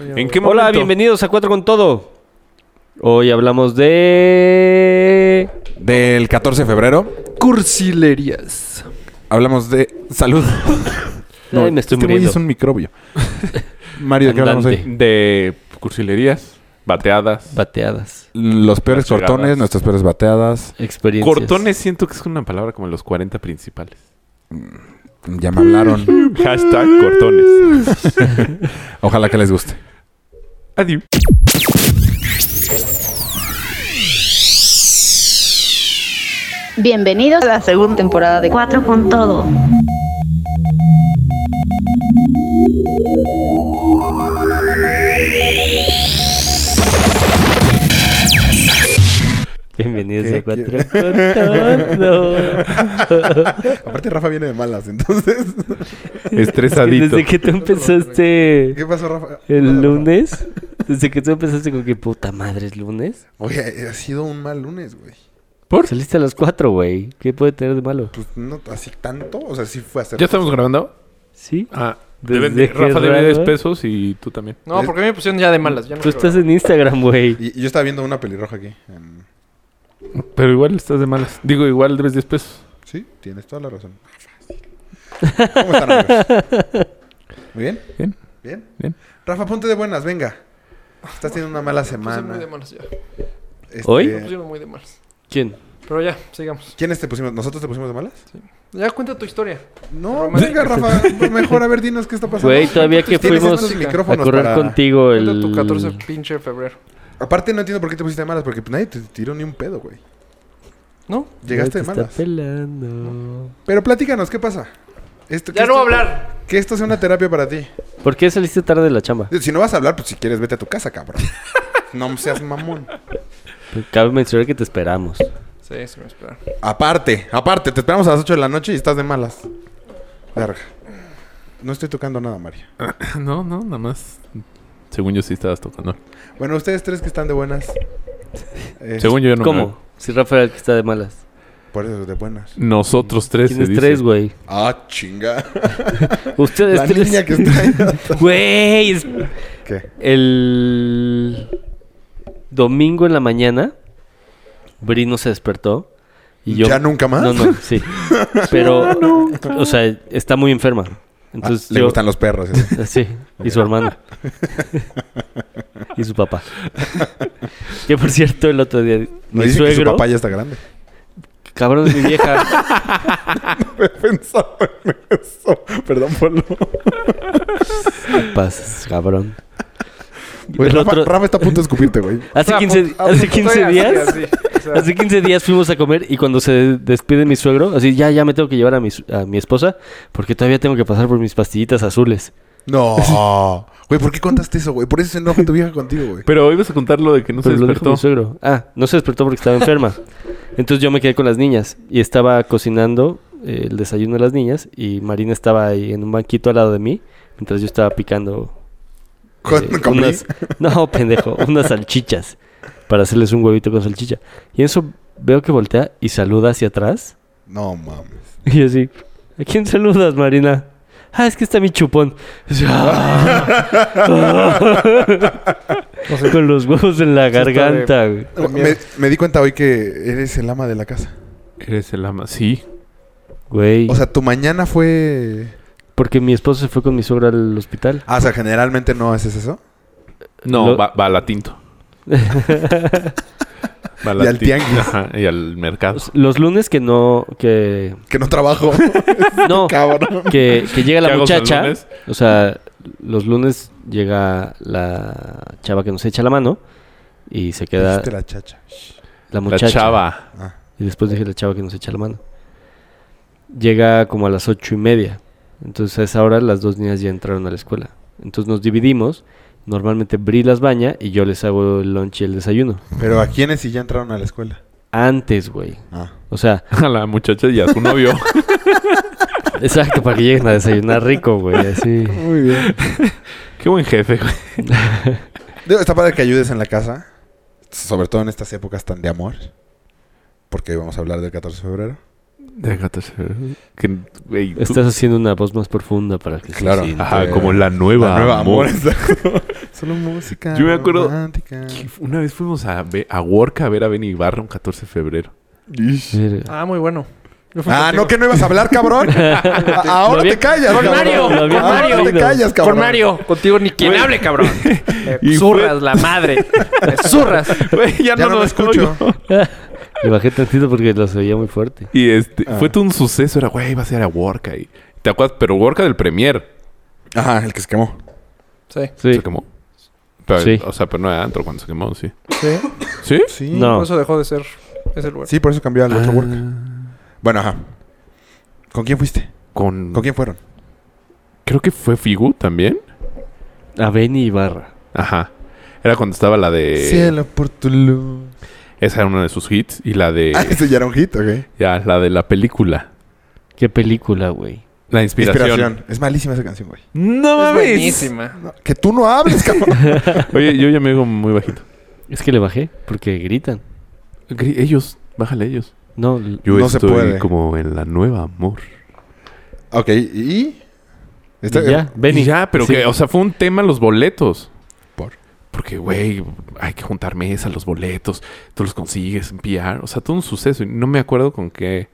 ¿En qué momento? Hola, bienvenidos a Cuatro con Todo. Hoy hablamos de... Del 14 de febrero Cursilerías. hablamos de salud. No, me este estoy güey muriendo. es un microbio. Mario, ¿de qué hablamos Andante. hoy? De Cursilerías, bateadas. Bateadas. los peores Las llegadas. cortones, nuestras peores bateadas. Experiencias. Cortones siento que es una palabra como en los 40 principales. Ya me hablaron. Hashtag cortones. Ojalá que les guste. Adiós. Bienvenidos a la segunda temporada de Cuatro con Todo. Bienvenidos ¿Qué? a Cuatro con Todo. Aparte, Rafa viene de malas, entonces. Estresadito. Desde que tú empezaste pasó, Rafa? el lunes, desde que tú empezaste con que puta madre es lunes, Oye, ha sido un mal lunes, güey. saliste a las cuatro, güey. ¿Qué puede tener de malo? Pues no así tanto. O sea, sí fue hacer. ¿Ya estamos grabando? Sí. Ah, Desde deben de- que Rafa debe de raro. pesos y tú también. No, porque a mí me pusieron ya de malas. Ya no Tú estás en Instagram, güey. Y, y yo estaba viendo una pelirroja aquí. en- Pero igual estás de malas. Digo, igual debes 10 pesos. Sí, tienes toda la razón. ¿Cómo están, amigos? ¿Muy bien? Bien. ¿Bien? Bien. Rafa, ponte de buenas, venga. Estás teniendo una mala semana. Pusieron muy de malas ya. Este, ¿Hoy? Me pusieron muy de malas. ¿Quién? Pero ya, sigamos. ¿Quiénes te pusimos? ¿Nosotros te pusimos de malas? Ya cuenta tu historia. No, venga, Rafa. pues Mejor, a ver, dinos qué está pasando. Güey, todavía que Pues, Tienes fuimos estos a micrófonos correr para- contigo Cuenta el... tu 14 pinche de febrero. Aparte, no entiendo por qué te pusiste de malas, porque pues, nadie te tiró ni un pedo, güey. ¿No? Llegaste de Te está malas. pelando. Pero platícanos, ¿qué pasa? Esto, que Ya no esto- voy a hablar. Que esto sea una terapia para ti. ¿Por qué saliste tarde de la chamba? Si no vas a hablar, pues si quieres, vete a tu casa, cabrón. No seas mamón. Cabe mencionar que te esperamos. Sí, se me espera. Aparte, aparte, te esperamos a las 8 de la noche y estás de malas. Verga. No estoy tocando nada, María. No, no, nada más. Según yo sí estabas tocando. Bueno, ustedes tres que están de buenas. Eh, Según yo ya no. me- ¿Cómo? Si Rafael que está de malas. Por eso, de buenas. Nosotros Este tres. Tienes se dice. tres, güey. Ah, chinga. Ustedes la tres. niña que está ahí. Güey, es- ¿Qué? El domingo en la mañana, Brino se despertó. Y yo... ¿Ya nunca más? Ah, No, no, sí. Pero, o sea, está muy enferma. Ah, Entonces le yo- gustan los perros. ese. Sí, y su hermano. y su papá. que por cierto, el otro día, No mi dice que su suegro, papá ya está grande. cabrón de mi vieja, He pensado en eso. Perdón por lo. Pues Pasas, cabrón. Güey, El Rafa, otro- Rafa está a punto de escupirte, güey. hace Ah, 15, puta, ah, hace puta, 15 estoy así, días, así, o sea, hace 15 días fuimos a comer y cuando se despide mi suegro, así ya, ya me tengo que llevar a mi, su- a mi esposa porque todavía tengo que pasar por mis pastillitas azules. No. Güey, ¿por qué contaste eso, güey? Por eso se enoja tu vieja contigo, Pues, güey. Pero ibas a contar lo de que no Pero se lo dijo despertó. mi suegro. Ah, no se despertó porque estaba enferma. Entonces yo me quedé con las niñas y estaba cocinando eh, el desayuno de las niñas y Marina estaba ahí en un banquito al lado de mí mientras yo estaba picando Con, eh, con unas, no, pendejo, unas salchichas para hacerles un huevito con salchicha. Y en eso veo que voltea y saluda hacia atrás No mames. y yo así, ¿a quién saludas, Marina? Ah, es que está mi chupón. Y yo, "Ah". Con los huevos en la de- garganta, güey. Me, me di cuenta hoy que eres el ama de la casa. Eres el ama. Sí. Güey. O sea, tu mañana fue. Porque mi esposo se fue con mi suegra al hospital. Ah, o sea, generalmente no haces eso. No, Lo- va, va a la tinto. Va a la Y al tinto. tianguis. Ajá, y al mercado. Los lunes que no, que... Que no trabajo. No, Cabrón. que, que llega ¿Qué la hago los muchacha. lunes? O sea, los lunes llega la chava que nos echa la mano y se queda Dijiste la chacha. Ah. la La muchacha. chava. Y después dije la chava que nos echa la mano. Llega como a las ocho y media. Entonces a esa hora las dos niñas ya entraron a la escuela. Entonces nos dividimos. Normalmente Bri las baña y yo les hago el lunch y el desayuno. Pero a quiénes sí ya entraron a la escuela. Antes, güey. Ah. O sea, A la muchacha y a su novio. Exacto, para que lleguen a desayunar rico, güey, así. Muy bien. Qué buen jefe, güey. Digo, está padre que ayudes en la casa. Sobre todo en estas épocas tan de amor. Porque hoy vamos a hablar del 14 de febrero. Déjate ser. Que, güey, tú- Estás haciendo una voz más profunda para que se Claro. sienta. Ajá, como la nueva. La nueva amor. amor. exacto. Solo música. Yo me acuerdo- romántica. Una vez fuimos a, Be- a Work a ver a Benny Ibarra un 14 de febrero. Ish. Verga. Ah, muy bueno. Yo fui Ah, contigo. no, que no ibas a hablar, cabrón. A- Ahora Lo había- te callas, Con cabrón. Mario, lo había Ahora te traído. callas, cabrón. Con Mario, contigo ni quien Güey. hable, cabrón. Y Me zurras la madre. Me zurras. Güey, ya, Ya no, lo escucho. escucho. Le bajé tantito porque los oía muy fuerte. Y este, Ah. fue todo un suceso. Era, güey, va a ser a Work ahí. ¿Te acuerdas? Pero Work del Premier. Ajá, el que se quemó. Sí, Sí. ¿Se quemó? Pero- Sí. O sea, pero no era antro cuando se quemó, sí. sí. ¿Sí? Sí. No. Por eso dejó de ser ese lugar. Sí, por eso cambió al otro Ah, work. Bueno, ajá. ¿Con quién fuiste? Con, ¿Con quién fueron? Creo que fue Figu también. A Benny Ibarra. Ajá. Era cuando estaba la de... por tu luz. Esa era una de sus hits. Y la de... Ah, ese ya era un hit, ok. Ya, la de la película. Qué película, güey. La inspiración. Inspiración. Es malísima esa canción, güey. ¡No Es mames! buenísima. No, que tú no hables, cabrón. Oye, yo ya me oigo muy bajito. Es que le bajé porque gritan. Gri- Ellos, bájale ellos. No, l- Yo No se estoy puede. como en la nueva amor. ok, y. eh, Está- y ya, Benny. Y ya, pero Sí. que, o sea, fue un tema los boletos. ¿Por? Porque, güey, hay que juntar mesas, los boletos, tú los consigues en PR. O sea, todo un suceso. Y no me acuerdo con qué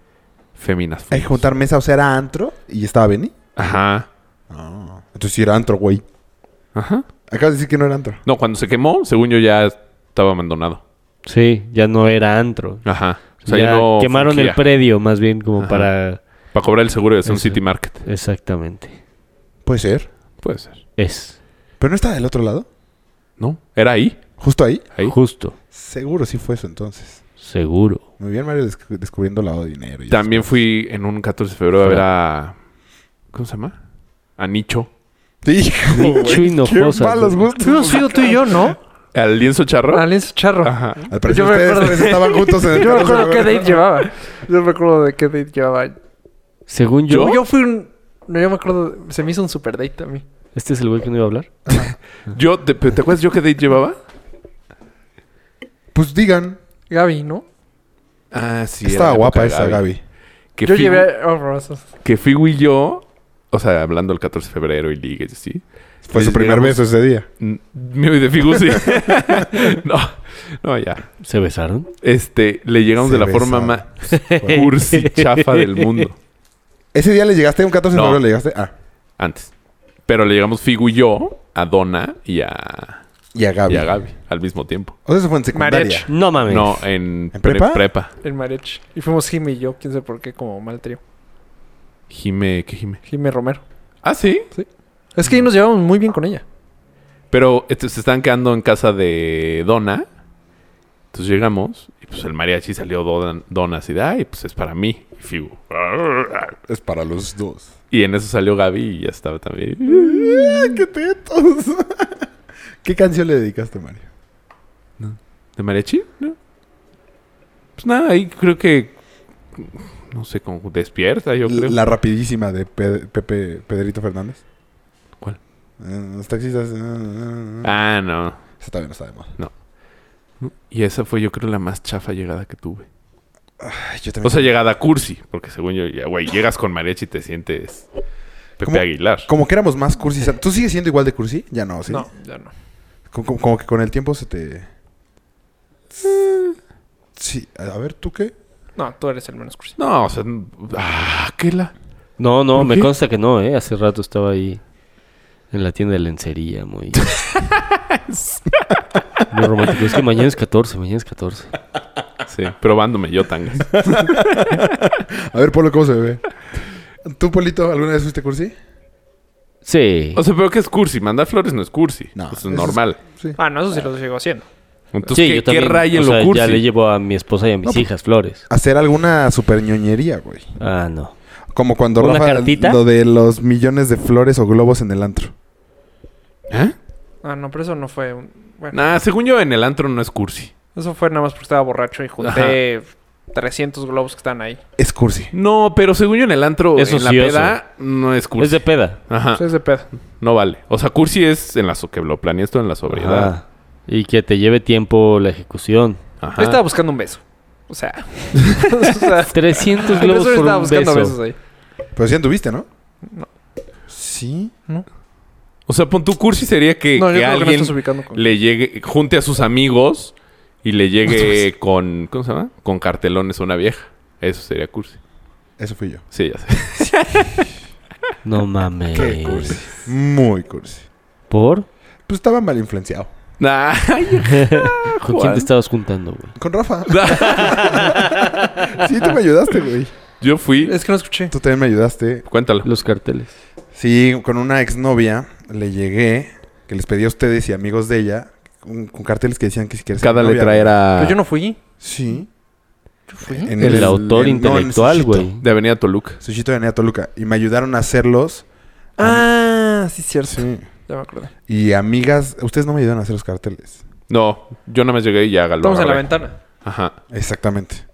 féminas Hay que fuimos. juntar mesa, o sea, era antro y estaba Benny. Ajá. Ah. Entonces sí era antro, güey. Ajá. Acabas de decir que no era antro. No, cuando se quemó, según yo ya estaba abandonado. Sí, ya no era antro. Ajá. O sea, ya, ya no quemaron el pre... predio, más bien como Ajá. para. Para cobrar el seguro de Sun Eso. City Market. Exactamente. Puede ser. Puede ser. Es. Pero no estaba del otro lado. ¿No? ¿Era ahí? Justo ahí. ¿Ahí? Justo. Seguro sí fue eso entonces. Seguro. Muy bien, Mario, descu- descubriendo el lado de dinero. y También fui en un 14 de febrero a ver a... ¿Cómo se llama? A Nicho. eso. Hijo, Ni güey, Chuy qué Hinojosa, malos güey. gustos. Hemos sido tú y yo, ¿no? ¿Al lienzo charro? Alianza Charro. Ajá. Al parecer Yo me ustedes acuerdo. tres estaban juntos en el Yo carro, me acuerdo qué güey. date llevaba. Yo me acuerdo de qué date llevaba. Según yo, Yo, yo fui un. No, yo me acuerdo. Se me hizo un super date a mí. este es el güey que no iba a hablar. Yo, ¿te, pero ¿te acuerdas yo qué date llevaba? Pues digan. Gaby, ¿no? Ah, sí. estaba guapa esa Gaby. Que yo Figu- llevé. a- oh, bro, eso- Que Figu y yo, o sea, hablando el 14 de febrero y ligas y así. Fue su Pues, primer digamos- beso ese día. mm, Me voy de Figu, sí. no, no, ya. ¿Se besaron? Este, le llegamos Se de la forma besaron. más cursi chafa del mundo. Ese día le llegaste, un 14 de No. febrero le llegaste. Ah, Antes. Pero le llegamos Figu y yo a Donna y a, y a Gaby. y a Gaby al mismo tiempo. O sea, eso fue en secundaria. Mariachi. No mames. No, en, ¿En pre- prepa? El mariachi. Y fuimos Jimmy y yo, quién sabe por qué, como mal trío. Jime, ¿qué Jime? Jimmy Romero. Ah, sí. Es Mm. que ahí nos llevamos muy bien con ella. Pero este, se están quedando en casa de Donna. Entonces llegamos y pues el mariachi salió Dona, Donna así de, ay, pues es para mí. Y Figu. Es para los dos. Y en eso salió Gaby y ya estaba también. ¡Ay, ¡Qué tetos! ¿Qué canción le dedicaste, Mario? ¿De mariachi? ¿No? Pues nada, ahí creo que... No sé, como despierta yo creo. La rapidísima de Pe- Pepe Pedrito Fernández. ¿Cuál? Eh, los taxistas. eh, eh, eh. Ah, no. Esa también no está de moda. Y esa fue yo creo la más chafa llegada que tuve. Ay, yo O también. sea, llegada a cursi. Porque según yo, ya, güey, llegas con mariachi y te sientes... Pepe ¿Cómo? Aguilar. como que éramos más cursis. ¿Tú sigues siendo igual de cursi? Ya no, ¿sí? No, ya no. Como, como- como que con el tiempo se te. Sí. A ver, ¿tú qué? No, tú eres el menos cursi. No, o sea... n- Ah, ¿qué la...? No, no, ¿Por me qué? consta que no, ¿eh? Hace rato estaba ahí en la tienda de lencería, muy... muy romántico. Es que mañana es 14, mañana es 14. Sí, probándome yo tangas. A ver, Polo, ¿cómo se ve? ¿Tú, Polito, alguna vez fuiste cursi? Sí. O sea, pero que es cursi. Mandar flores no es cursi. No, Eso eso es es- normal. Sí. Ah, no, eso sí lo sigo haciendo. Entonces, sí, ¿qué, qué raya o en sea, lo cursi? ya le llevo a mi esposa y a No, mis pues- hijas flores. Hacer alguna superñoñería, güey. Ah, no. Como cuando ¿Una Rafa cartita? lo de los millones de flores o globos en el antro. ¿Eh? Ah, no, pero eso no fue un. Bueno, Nah, según yo, en el antro no es cursi. eso fue nada más porque estaba borracho y junté 300 globos que están ahí. Es cursi. No, pero según yo, en el antro, Es en la ocioso. peda, no es cursi. Es de peda. Ah. Ajá, Eso es de pedo. no vale. O sea, cursi es en la so que lo planeas todo en la sobriedad. Ajá. Y que te lleve tiempo la ejecución. Ajá. Yo estaba buscando un beso. O O sea. o sea 300 yo globos solo por estaba un buscando beso. besos ahí. Pero sí anduviste, ¿no? No. Sí. O sea, pon tu cursi sería que, No, yo que creo que no alguien estás ubicando con. le llegue, junte a sus amigos y le llegue con, ¿cómo se llama? Con cartelones a una vieja. Eso sería cursi. Eso fui yo. Sí, ya sé. No mames. Muy cursi. ¿Por? Pues estaba mal influenciado. Nah. Ah, ¿Con quién Juan. te estabas juntando, güey? Con Rafa. sí, tú me ayudaste, güey. Yo fui. Es que no escuché. Tú también me ayudaste. Cuéntalo. Los carteles. Sí, con una exnovia le llegué, que les pedí a ustedes y amigos de ella, un- con carteles que decían que si quieres ser Cada mi novia, letra era Pero yo no fui. Sí. Yo fui. En El, autor en- no, en intelectual, Sushito. güey. de Avenida Toluca. Sushito de Nea Toluca. Y me ayudaron a hacerlos. Ah, sí, cierto. Sí. Ya me acordé. Y amigas, ustedes no me ayudaron a hacer los carteles. No, yo nada más llegué y ya lo Estamos en la agarré. ventana. Ajá. Exactamente.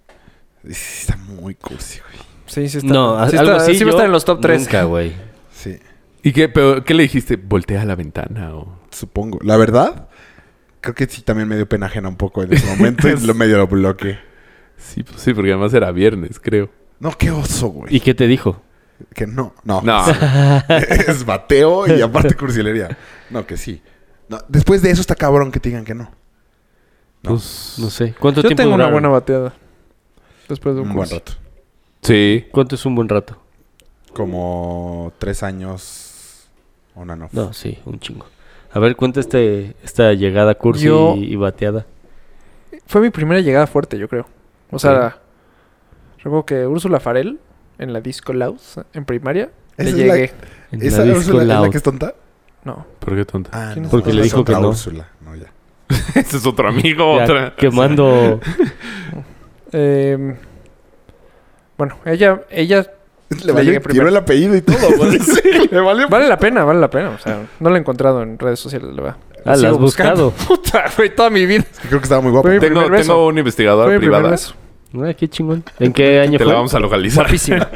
Y sí, está muy cursi, güey. Sí, sí está. No, sí a- algo está- así sí va a yo estar en los top 3. Nunca, güey. Sí, ¿Y qué, pero, qué le dijiste? ¿Voltea a la ventana o...? supongo. La verdad, creo que sí también me dio pena ajena un poco en ese momento y lo medio lo bloqueé. Sí, pues sí, porque además era viernes, creo. No, qué oso, güey. ¿Y qué te dijo? Que no, no. No. es bateo y aparte cursilería. No, que sí. No, después de eso está cabrón que te digan que no. Pues, No sé. ¿Cuánto Yo tiempo tengo una duraron? buena bateada. Después de un, Un buen curso. rato. Sí. ¿Cuánto es un buen rato? Como tres años o no, no. No, sí, un chingo. A ver, cuenta este, esta llegada cursi Yo- y, y bateada. Fue mi primera llegada fuerte, yo creo. O sea, recuerdo que Úrsula Farel en la disco Laus en primaria le Esa es la- llegué. En ¿Esa la disco Úrsula es la loud. que es tonta? No, ¿Por qué tonta? Ah, ¿Quién es Porque esa le es dijo que otra no. Úrsula. No, ya. Ese es otro amigo, Ya, otra. Quemando... Eh, bueno, ella, ella Le valió, llegué tiró primero. el apellido y todo. güey. Sí, le valió. vale la pena, vale la pena. O sea, no la he encontrado en redes sociales, la verdad. Ah, la sigo has buscado. Puta, güey, toda mi vida. Es que creo que estaba muy guapo. Fue mi Tengo, primer beso. tengo una Fue investigadora mi primer privada. beso. Ah, qué chingón. ¿En qué año Te fue? la vamos a localizar. Guapísima.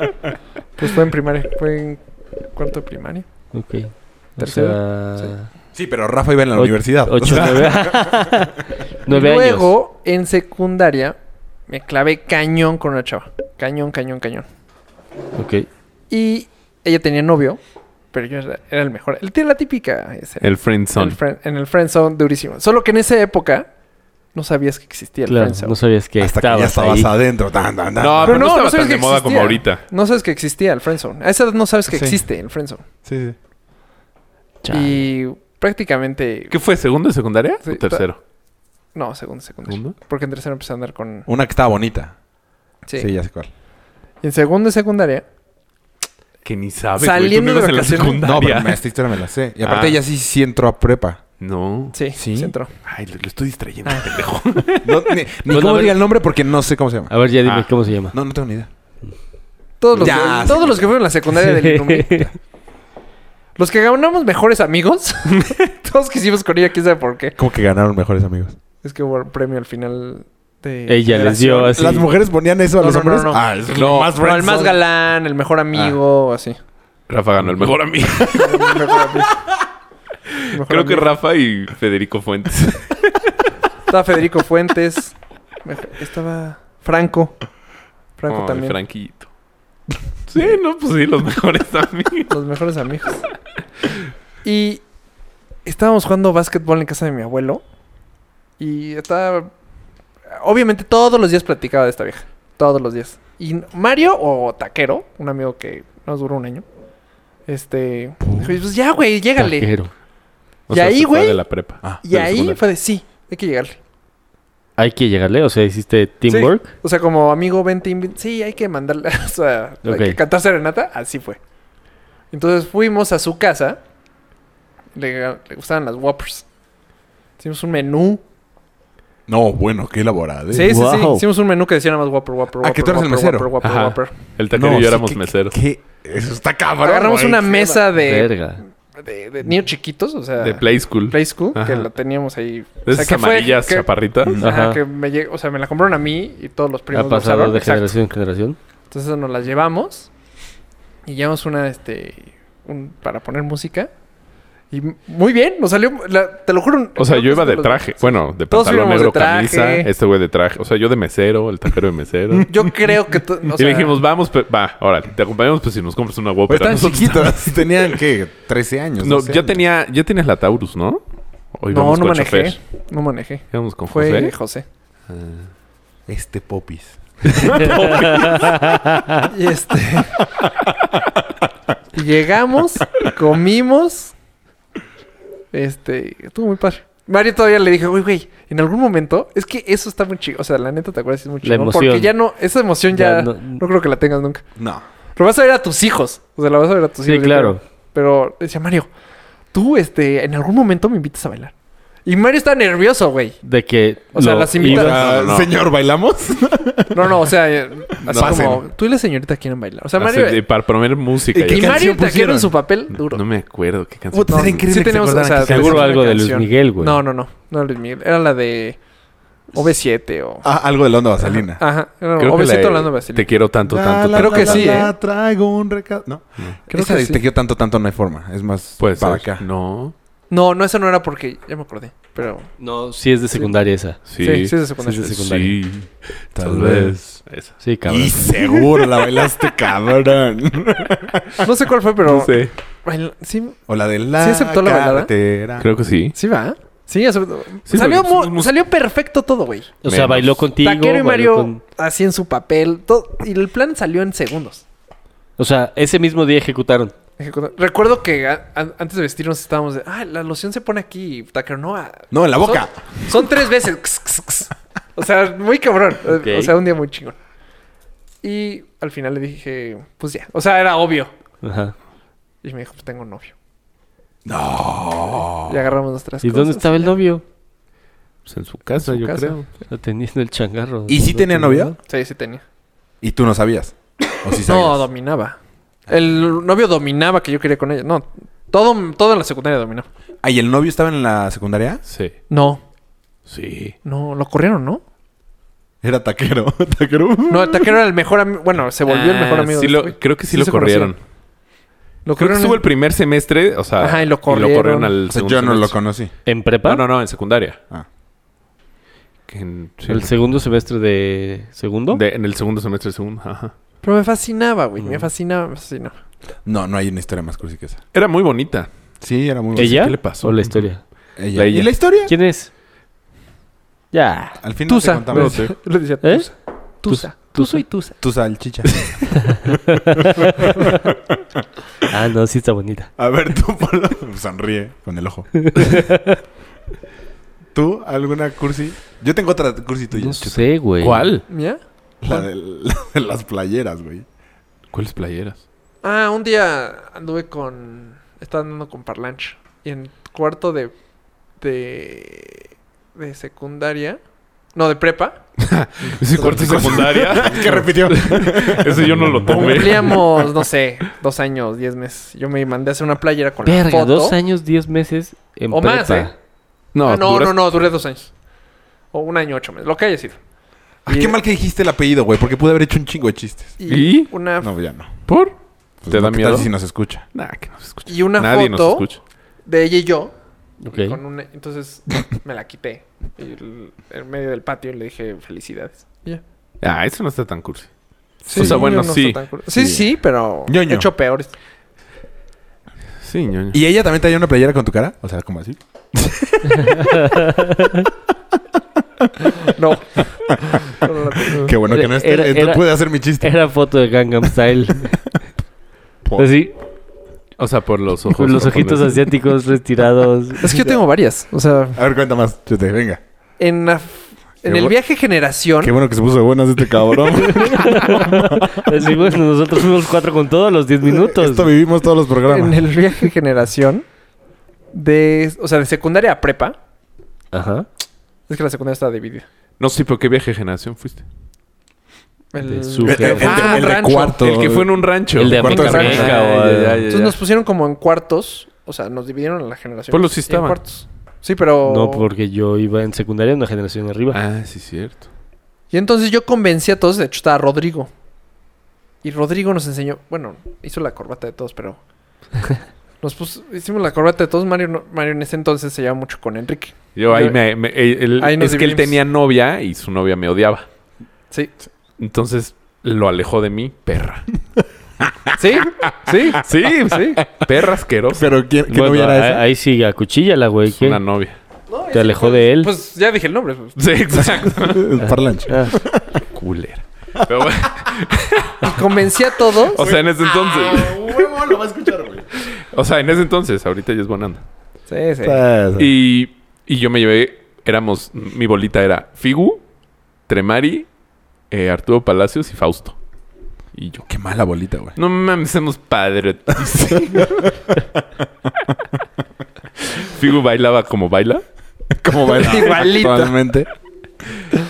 pues fue en primaria, fue en cuarto de primaria. Ok. O Tercero. sea... Sí, pero Rafa iba en la Och- universidad. Ocho, nueve... nueve años. Luego, en secundaria, me clavé cañón con una chava. Cañón, cañón, cañón. Ok. Y ella tenía novio, pero yo era, era el mejor. El, la típica. ese, El friendzone. el friend- en el friend zone durísimo. Solo que en esa época no sabías que existía el Claro, friend zone. no sabías que Hasta que estabas ya estabas ahí. adentro. Tan, tan, tan. No, pero no, estaba sabes tan de que moda como existía. ahorita. No sabes que existía el friend zone. A esa edad no sabes que Sí. existe el friend zone. Sí, sí. Chale. Y prácticamente ¿Qué fue? ¿Segundo de secundaria Sí, o tercero? no, segundo, segundo. ¿Segundo? Porque en tercero empecé a andar con Una que estaba bonita. sí. sí ya sé cuál. Y en segundo y secundaria Que ni sabes. Saliendo de Saliendo de la vacaciones. No, secundaria. pero No, me- esta historia me la sé. Y aparte Ah. ella sí, sí entró a prepa. sí, Ah. Sí. sí, entró. Ay, lo, lo estoy distrayendo, pendejo. No, ni ni Bueno, a cómo ver. diga el nombre porque no sé cómo se llama. A ver, ya dime Ah. cómo se llama. No, no tengo ni idea. Todos los, Ya, que, todos sí. los que fueron a la secundaria del Inumi. Los que ganamos mejores amigos. todos que hicimos con ella, quién sabe por qué. Como que ganaron mejores amigos. Es que hubo un premio al final de. Ella les dio así. ¿Las mujeres ponían eso a Ah, No, los no, no, hombres? no. Ah, es No. lo más No, el más friendzone. galán, el mejor amigo, así. Rafa ganó el mejor amigo. El mejor amigo. El mejor Creo que amigo. Rafa y Federico Fuentes. Estaba Federico Fuentes. Estaba Franco. Franco Oh, el también. Franquito. Sí, no, pues sí, los mejores amigos. Los mejores amigos. Y estábamos jugando básquetbol en casa de mi abuelo. Y estaba. Obviamente todos los días platicaba de esta vieja. Todos los días. Y Mario o Taquero, un amigo que nos duró un año. Este. dijo, Pues ya, güey, llégale. Taquero. O Y sea, ahí, se fue güey. de la prepa. Y de la ahí secundaria. fue de sí, hay que llegarle. Hay que llegarle, o sea, hiciste teamwork. Sí, O sea, como amigo, vente, invi- sí, hay que mandarle, o sea, hay que Ok. cantar serenata, así fue. Entonces fuimos a su casa, le, le gustaban las Whoppers. Hicimos un menú. No, bueno, qué elaborada. ¿eh? Sí, sí, sí. Wow. Hicimos un menú que decía nada más Whopper, Whopper, Whopper. Ah, que tú eres el Whopper, mesero. Whopper, Whopper, Ajá. Whopper. El taquero No, y yo sí, éramos ¿qué- meseros. qué- Eso está cabrón. Agarramos güey. una mesa de, Verga. de, de niños chiquitos, o sea, De Play School. Play School, Ajá. que la teníamos ahí. De esas que fue- amarillas que- chaparritas. ajá, Ajá. que me llegó- o sea, me la compraron a mí y todos los primos Ha lo pasado usaron. de Exacto. generación en generación. Entonces nos las llevamos y llevamos una, este, un- para poner música. Y muy bien, nos salió. la- te lo juro. O sea, creo yo que iba es de de los- traje. Bueno, de Todos pantalón íbamos negro, de traje. camisa. Este güey de traje. O sea, yo de mesero, el tajero de mesero. Yo creo que. to- o y sea, le dijimos, vamos, pe- va, órale, te acompañamos, pues si nos compras una Pues Whopper. están Nosotros- chiquitos. Tenían, ¿qué? 13 años. No, 12 ya años. tenía, ya tenías la Taurus, ¿no? Hoy No, vamos no con manejé. chofer. No manejé. Íbamos con Fue José. José. Este popis. Ah. Y este. y llegamos, comimos. Este. Estuvo muy padre. Mario todavía le dije, güey, güey, en algún momento. Es que eso está muy chido. O sea, la neta te acuerdas, es muy La chido. Porque emoción. ya no. Esa emoción ya. Ya no, no- creo que la tengas nunca. No. Lo vas a ver a tus hijos. O sea, la vas a ver a tus Sí, hijos. yo claro. creo. Pero decía, Mario, tú, este, en algún momento me invitas a bailar. Y Mario está nervioso, güey. De que. O sea, lo las invita- ibas- Ah, no, no. Señor, ¿bailamos? No, no, o sea, eh, así No. como tú y la señorita quieren bailar. O sea, Así Mario. de- para poner música. ¿Y y qué Y acá. Mario canción Taquero en pusieron? su papel duro. No me acuerdo qué canción. Puta, era increíble sí que se tenemos, o acordaran sea, que- Seguro una algo de Luis canción. Miguel, güey. No, no, no. No, Luis Miguel. Era la de OV7 o. Ah, algo de la onda vaselina. Ajá. Era Creo que la OV7 de- hablando de Te Vaselina. quiero tanto, La, tanto. tanto. la, Creo que la, sí, la, ¿eh? Traigo un recado. No. Creo Esa que de sí. te quiero tanto, tanto no hay forma. Es más Puede ser. para acá. Pues, eh, No. No, no, esa no era porque. Ya me acordé. Pero. No, sí es de secundaria esa. Sí. Sí, sí, es de secundaria. Sí, es de secundaria. Sí, Tal vez. Esa. Sí, cabrón. Y seguro la bailaste, cabrón. No sé cuál fue, pero. No sé. Baila- Sí, O la de la ¿Sí aceptó la bailada? carretera. Creo que sí. sí va. Sí, o sea, Sí, salió, porque mu- somos- salió perfecto todo, güey. O sea, Menos. bailó contigo. Taquero y bailó Mario con- así en su papel. todo- y el plan salió en segundos. O sea, ese mismo día ejecutaron. Ejecuta- Recuerdo que a- an- antes de vestirnos estábamos de, ah, la loción se pone aquí, Taquero, no. ah, No, en la boca. Son, son tres veces. X, x, x. o sea, muy cabrón. O sea, un día muy chingón. Y al final le dije, pues ya. O sea, era obvio. Ajá. Y me dijo, pues tengo novio. No. Y agarramos nuestras ¿Y cosas. dónde estaba el novio? Pues en su casa, yo casa. creo. Atendiendo el changarro. ¿Y sí No tenía novia? Sí, sí tenía. Y tú no sabías. O sí sabías. No, dominaba. El novio dominaba que yo quería con ella. No, todo, todo en la secundaria dominaba. Ah, ¿y el novio estaba en la secundaria? Sí. No, Sí. no, lo corrieron, ¿no? Era taquero. taquero. No, el taquero era el mejor amigo. Bueno, se volvió el mejor Ah, amigo. sí de lo- este güey. creo que sí, Sí lo se corrieron. conocían. Lo Creo que corrieron estuvo el en- primer semestre, o sea. Ajá, y lo Y corrieron. lo corrieron al O sea, segundo yo no lo semestre. conocí. ¿En prepa? No, no, no, en secundaria. Ah. Que en, sí, El segundo semestre de segundo. de- en el segundo semestre, el segundo. Ajá. Pero me fascinaba, güey. Mm. Me fascinaba, me fascinaba. No, no hay una historia más cursi que esa. Era muy bonita. Sí, era muy bonita. ¿Ella? ¿Qué le pasó? ¿O la historia? Ella. La ella. ¿Y la historia? ¿Quién es? Ya. Al final te Tusa. contamos. sé. Le decía ¿Eh? Tusa. Tusa. Tusa. Tuso y Tusa. Tu salchicha. Ah, no, sí está bonita. A ver, tú ponlo. Sonríe con el ojo. ¿Tú alguna cursi? Yo tengo otra cursi tuya. No sé, güey. ¿Cuál? ¿Mía? La de, la de las playeras, güey. ¿Cuáles playeras? Ah, un día anduve con. Estaba andando con Parlanch. Y en cuarto de. de. de secundaria. No, de prepa. Ese cuarto de secundaria. ¿Qué repitió? Ese yo no lo tomé. Cumplíamos, no sé, dos años, diez meses. Yo me mandé a hacer una playera con la Verga, foto. dos años, diez meses en O prepa. más, ¿eh? No, Ah, no, duras- no, no, duré dos años. O un año, ocho meses, lo que haya sido. Ah, qué mal que dijiste el apellido, güey, porque pude haber hecho un chingo de chistes. Y, ¿Y? Ah. una, No, ya no. ¿Por? Pues, ¿Te no, da ¿qué miedo? tal si nos escucha? Nah, que no se escucha. y una Nadie nos foto escucha. de ella y yo. Ok. Con una, entonces me la quité. Y el- en medio del patio le dije felicidades. Y ya. Ah, eso no está tan cursi. Sí, o sea, bueno, no sí. está tan cool. Sí, Sí. sí, pero Ñoño. he hecho peores. Sí, ñoño. ¿Y ella también traía una playera con tu cara? O sea, como así. No. No, no, no. Qué bueno que no esté. Era- Entonces era- eh, pude hacer mi chiste. Era foto de Gangnam Style. Po- Así, O sea, por los ojos. con los ojitos japoneses. asiáticos retirados. Es que yo tengo varias. O sea, A ver, cuenta más. Chute, venga. en, la f- en Qué el bu- viaje generación. Qué bueno que se puso de buenas este cabrón. Así, bueno, nosotros fuimos cuatro con todos los diez minutos. Esto vivimos todos los en programas. el viaje generación. De, o sea, de secundaria a prepa. Ajá. Es que la secundaria estaba dividida. No sé, pero ¿qué viaje de generación fuiste? De El, su- El, el- el de- Ah, el de rancho. cuarto. El que fue en un rancho. El de Cuarto de América rancho. Meca o- Ah, ya, ya, ya, Entonces ya. nos pusieron como en cuartos. O sea, nos dividieron en la generación. Pues los sí estaban. cuartos. Sí, pero. No, porque yo iba en secundaria una generación arriba. Ah, sí, cierto. Y entonces yo convencí a todos. De hecho, estaba Rodrigo. Y Rodrigo nos enseñó. Bueno, hizo la corbata de todos, pero. Nos puso- hicimos la corbata de todos. Mario, no- Mario en ese entonces se llevaba mucho con Enrique. Yo ahí Yo- me... me- eh, él- Ahí nos es que él dividimos. tenía novia y su novia me odiaba. Sí. Entonces lo alejó de mí, perra. ¿Sí? ¿Sí? Sí, sí. Perra asquerosa. Pero ¿quién, qué Bueno, novia era ahí- esa? Ahí sí, acuchillala, güey. Es ¿qué? una novia. Te alejó de él. Pues ya dije el nombre. pues. Sí, exacto. Parlanche. Ah, Culera. Pero bueno, Y convencí a todos. o sea, en ese entonces. huevo, lo va a escuchar, güey. O sea, en ese entonces, ahorita ya es Bonanda. Sí, sí. Y Y, y yo me llevé, éramos, mi bolita era Figu, Tremari, eh, Arturo Palacios y Fausto. Y yo. qué mala bolita, güey. No mames, somos padres. Figu bailaba como baila. ¿Cómo baila? Igualito. Totalmente.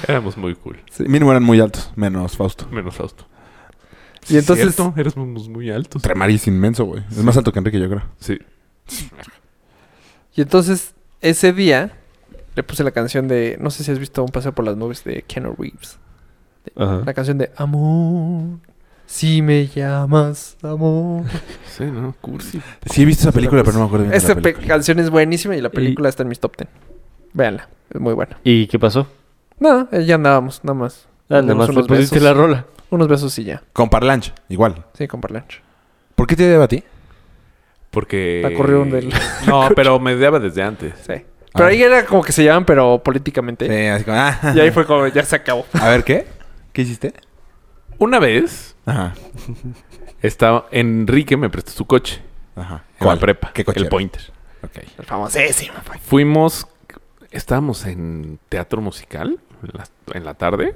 Éramos muy cool. Mínimo eran muy altos, menos Fausto. Menos Fausto. Y entonces- ¿Cierto? Éramos muy altos. Tremari es inmenso, güey. Es más alto que Enrique, yo creo. Sí. Y entonces, ese día, le puse la canción de. No sé si has visto un paseo por las nubes de Keanu Reeves. ajá. La canción de Amor. Si me llamas amor. Sí, ¿no? Cursi. Sí, he visto esa película, pero no me acuerdo bien. de Esta la pe- película. canción es buenísima y la película está en mis top ten. Véanla, es muy buena. ¿Y qué pasó? No, eh, ya andábamos, nada más. Ah, nada Tenemos más le unos pusiste besos. la rola. Unos besos y ya. Con Parlanche, igual. Sí, con Parlancho. ¿Por qué te debatí? Porque. La corrieron del- No, pero me odiaba desde antes. Sí. Ah. Pero ahí era como que se llaman, pero políticamente. Sí, así como, ah, Y ahí fue como, ya se acabó. A ver, ¿qué? ¿Qué hiciste? Una vez Ajá, estaba. Enrique me prestó su coche. ajá. En la prepa. ¿Qué coche El era? Pointer. Ok. El famosísimo. pues. Fuimos. Estábamos en teatro musical en la, en la tarde.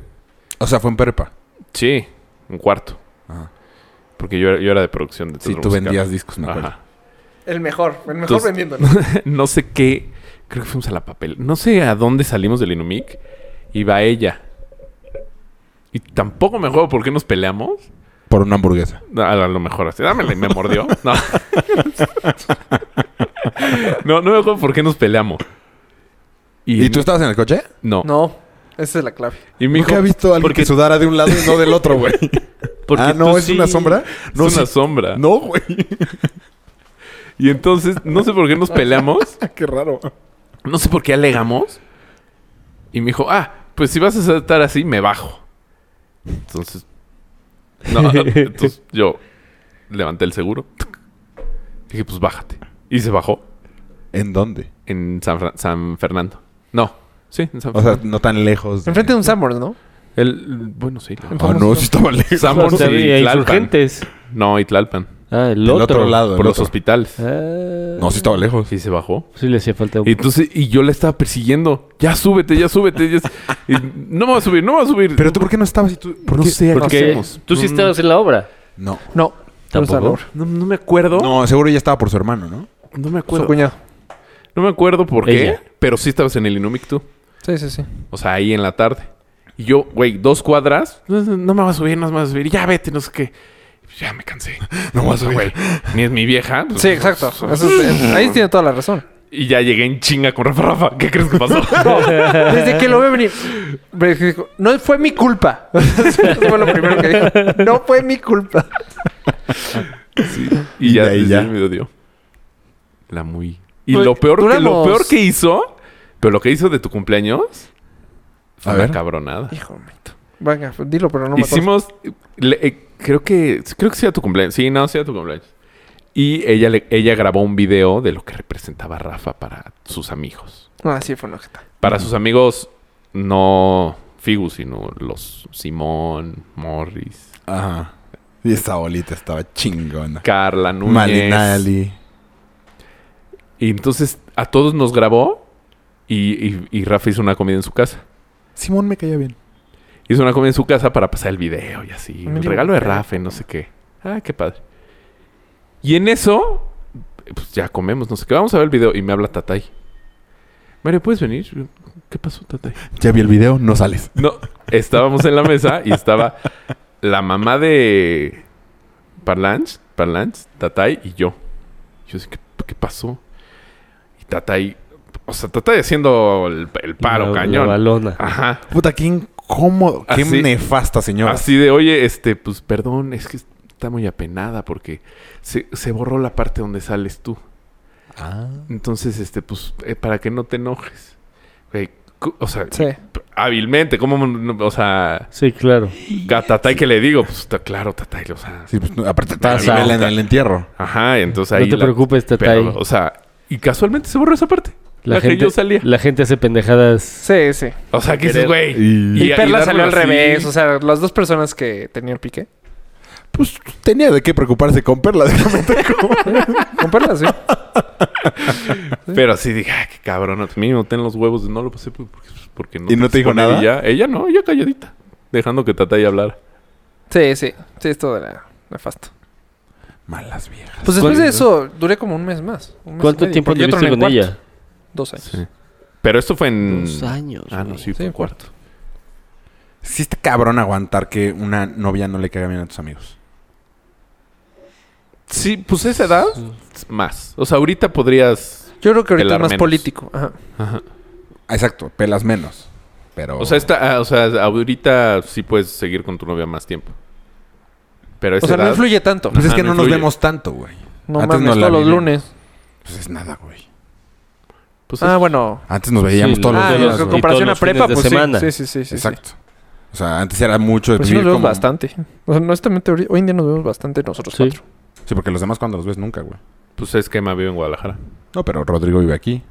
O sea, fue en prepa. Sí, un cuarto. Ajá. Porque yo, era- yo era de producción de Ah. Sí, teatro tú musical. vendías discos, me acuerdo. Ajá. El mejor, el mejor Entonces- vendiendo. no sé qué. Creo que fuimos a la papel. No sé a dónde salimos del Inumic. Iba ella. Y tampoco me juego por qué nos peleamos. Por una hamburguesa. A a lo mejor así, dámela y me mordió. No. no, no me acuerdo por qué nos peleamos. ¿Y, tú estabas en el coche? No. No, esa es la clave. Y me Nunca he dijo, visto a alguien porque- que sudara de un lado y no del otro, güey. porque ah, no, tú es sí- una sombra. No, es una sí. sombra. No, güey. Y entonces, no sé por qué nos peleamos. Qué raro. No sé por qué alegamos. Y me dijo, ah, pues si vas a estar así, me bajo. Entonces. No, entonces yo levanté el seguro. Dije, pues bájate. Y se bajó ¿En dónde? en San, Fra- San Fernando. No, sí, en San O sea, Fernando. no tan lejos. de- Enfrente de un Summers, ¿no? El, bueno, sí. la- Ah, no, sí estaba lejos. San O Borja sea, y había Tlalpan. insurgentes. No, Itlalpan. Ah, el Del otro. otro lado. Por del los otro. hospitales. Ah, No, sí estaba lejos. Sí, se bajó. Sí le hacía falta un... Y entonces, y yo la estaba persiguiendo. Ya súbete, ya súbete. ya s- y, no me va a subir, no me va a subir. Pero tú, ¿por qué no estabas? Y tú, ¿por no qué? sé, Porque ¿qué hacemos? tú sí Mm. estabas en la obra. No. No. Tampoco. No, no me acuerdo. No, seguro ya estaba por su hermano, ¿no? No me Su acuerdo. cuñado. No me acuerdo por qué, Ella. pero sí estabas en el Inumic tú. Sí, sí, sí. O sea, ahí en la tarde. Y yo, güey, dos cuadras. No, no, no me vas a subir, no me vas a subir. Ya vete, no sé qué. Pues Ya me cansé. No me vas a subir. Ni es mi vieja. pues, Sí, exacto. Eso es- ahí tiene toda la razón. Y ya llegué en chinga con Rafa Rafa. ¿Qué crees que pasó? Desde que lo veo venir. me dijo, No fue mi culpa. Eso fue lo primero que dijo. No fue mi culpa. y ya, Y de ahí desde ya. ahí me odió. La muy. Y Pues, lo peor, que, lo duramos- peor que hizo, pero lo que hizo de tu cumpleaños fue A una ver. cabronada. Hijo mito. Venga, pues, dilo, pero no me acuerdo. Hicimos. le- eh, creo que. Creo que sí era tu cumpleaños. Sí, no, sí era tu cumpleaños. Y ella, le- ella grabó un video de lo que representaba Rafa para sus amigos. Ah, sí, fue una jeta. Para sus amigos, no Figu, sino los Simón, Morris, Ajá. Y esa bolita estaba chingona. Carla, Núñez. Malinali. Y entonces a todos nos grabó y, y- y Rafa hizo una comida en su casa. Simón me caía bien. Hizo una comida en su casa para pasar el video y así. Me Un digo, regalo de ¿qué? Rafa y no sé qué. Ah, qué padre. Y en eso, pues ya comemos, no sé qué. Vamos a ver el video. Y me habla Tatay. Mario, ¿puedes venir? ¿Qué pasó, Tatay? Ya vi el video, no sales. No, estábamos en la mesa y estaba la mamá de Parlanch, Parlanch, Tatay y yo. Yo sé, ¿qué, qué pasó? Y Tatay, o sea, Tatay haciendo el, el paro, La- cañón. Ah. La balona. Ajá. Puta, qué incómodo. Qué Así- nefasta señora. Así de, oye, este, pues perdón, es que está muy apenada porque se, se borró la parte donde sales tú. Ah. Entonces, este, pues, eh, para que no te enojes. Güey, cu- o sea, Sí. hábilmente, ¿cómo? no- O sea, Sí, claro. Gatatay que le digo, pues está claro, Tatay, o sea. Sí, pues, no, aparte está Claro. nivel en el entierro. Ajá, y entonces No ahí. te preocupes, Tatay. pero, o sea, y casualmente se borró esa parte. La, que yo salía. La gente hace pendejadas. Sí, sí. O sea, que dices, güey. Y- Y, Perla dármelo salió al así. revés. O sea, las dos personas que tenían pique. Pues tenía de qué preocuparse con Perla, déjame te digo. Con Perla, sí. Pero así dije, ah, qué cabrón. Mínimo ten los huevos. No lo pasé pues, porque, porque no. ¿Y no te dijo supone- nada? y ya- ella no, ella calladita. Dejando que Tatay hablara. Sí, sí. Sí, esto era nefasto. Malas viejas. Pues después ¿Cuál- de eso, duré como un mes más. un mes y ¿Cuánto medio, tiempo porque yo anduviste troné en con cuarto. ella? Dos años. Pero esto fue en. Dos años. Ah, no, güey. sí, Sí, fue en cuarto. Sí está cabrón aguantar que una novia no le caiga bien a tus amigos. Sí, pues esa edad, más. O sea, ahorita podrías. Yo creo que ahorita Pelar es más menos. político. Ajá. Ah, Exacto, pelas menos. Pero... O sea, esta, ah, o sea, ahorita sí puedes seguir con tu novia más tiempo. Pero esa O sea, no edad- influye tanto. Pues es Ajá, que no no, nos influye. vemos tanto, güey. No Antes mames, nos la todos los vivíamos. lunes. Pues es nada, güey. pues Ah, es- bueno. Antes nos veíamos Sí, todos los ah, los de en días. los- güey. y todos comparación a los prepa, fines de pues sí. semana. sí. Sí, sí, sí. Exacto. O sea, antes era mucho de Pues sí nos vivir vemos como- bastante. O sea, honestamente, ahorita- hoy en día nos vemos bastante nosotros Sí. cuatro. Sí, porque los demás cuando los ves nunca, güey. Pues es que Emma vive en Guadalajara. No, pero Rodrigo vive aquí.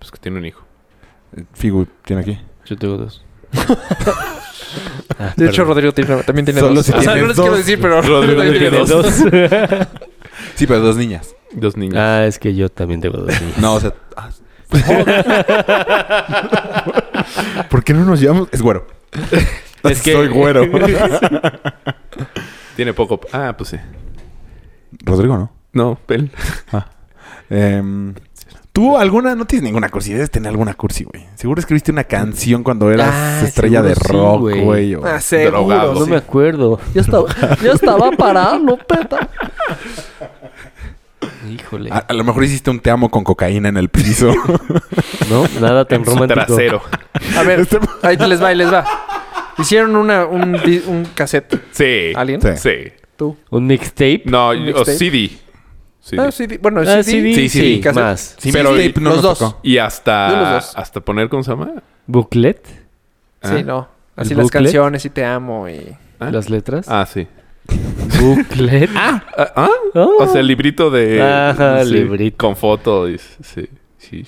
Pues que tiene un hijo. Eh, Figu tiene aquí. Yo tengo dos. De hecho, Rodrigo tiene- también tiene Solo dos. si o sea, tienes no les dos. quiero decir, pero Rodrigo también tiene tiene Ah, dos. Sí, pero dos niñas. Dos niños. ah, es que yo también tengo dos niños. No, o sea... ah. ¿Por qué no nos llevamos? Es güero. Es que- Soy güero. Tiene poco. Ah, pues sí. Rodrigo, ¿no? No, pel. Em, ¿Tú alguna, no tienes ninguna cursi? Debes tener alguna cursi, güey. Seguro escribiste una canción cuando eras Ah, estrella de seguro sí, rock, güey. güey. o- Ah, seguro. Drogado. No sí. me acuerdo. Ya estaba, ya estaba parado, Lupeta. Híjole. Ah, a, a lo mejor hiciste un te amo con cocaína en el piso. No, nada tan En su romántico. trasero. A ver, ahí te les va, ahí les va. Hicieron una, un, di- un cassette. Sí. ¿Alguien? Sí. Sí. ¿Tú? Un mixtape. No, ¿Un o mixtape? CD. CD. Ah, CD. Bueno, CD. Ah, CD, Sí, sí, sí, cassette. más. Sí, pero- mixtape no los nos dos. tocó. Y Yo los hasta, dos. hasta poner, ¿cómo se llama? Booklet, Sí, Ah. no. Así ¿El las booklet? canciones y te amo y... ¿Ah? las letras. Ah, sí. Booklet. ah, Ah, ah, O sea, el librito de. Ajá, sí, librito. Con foto. y- Sí. sí.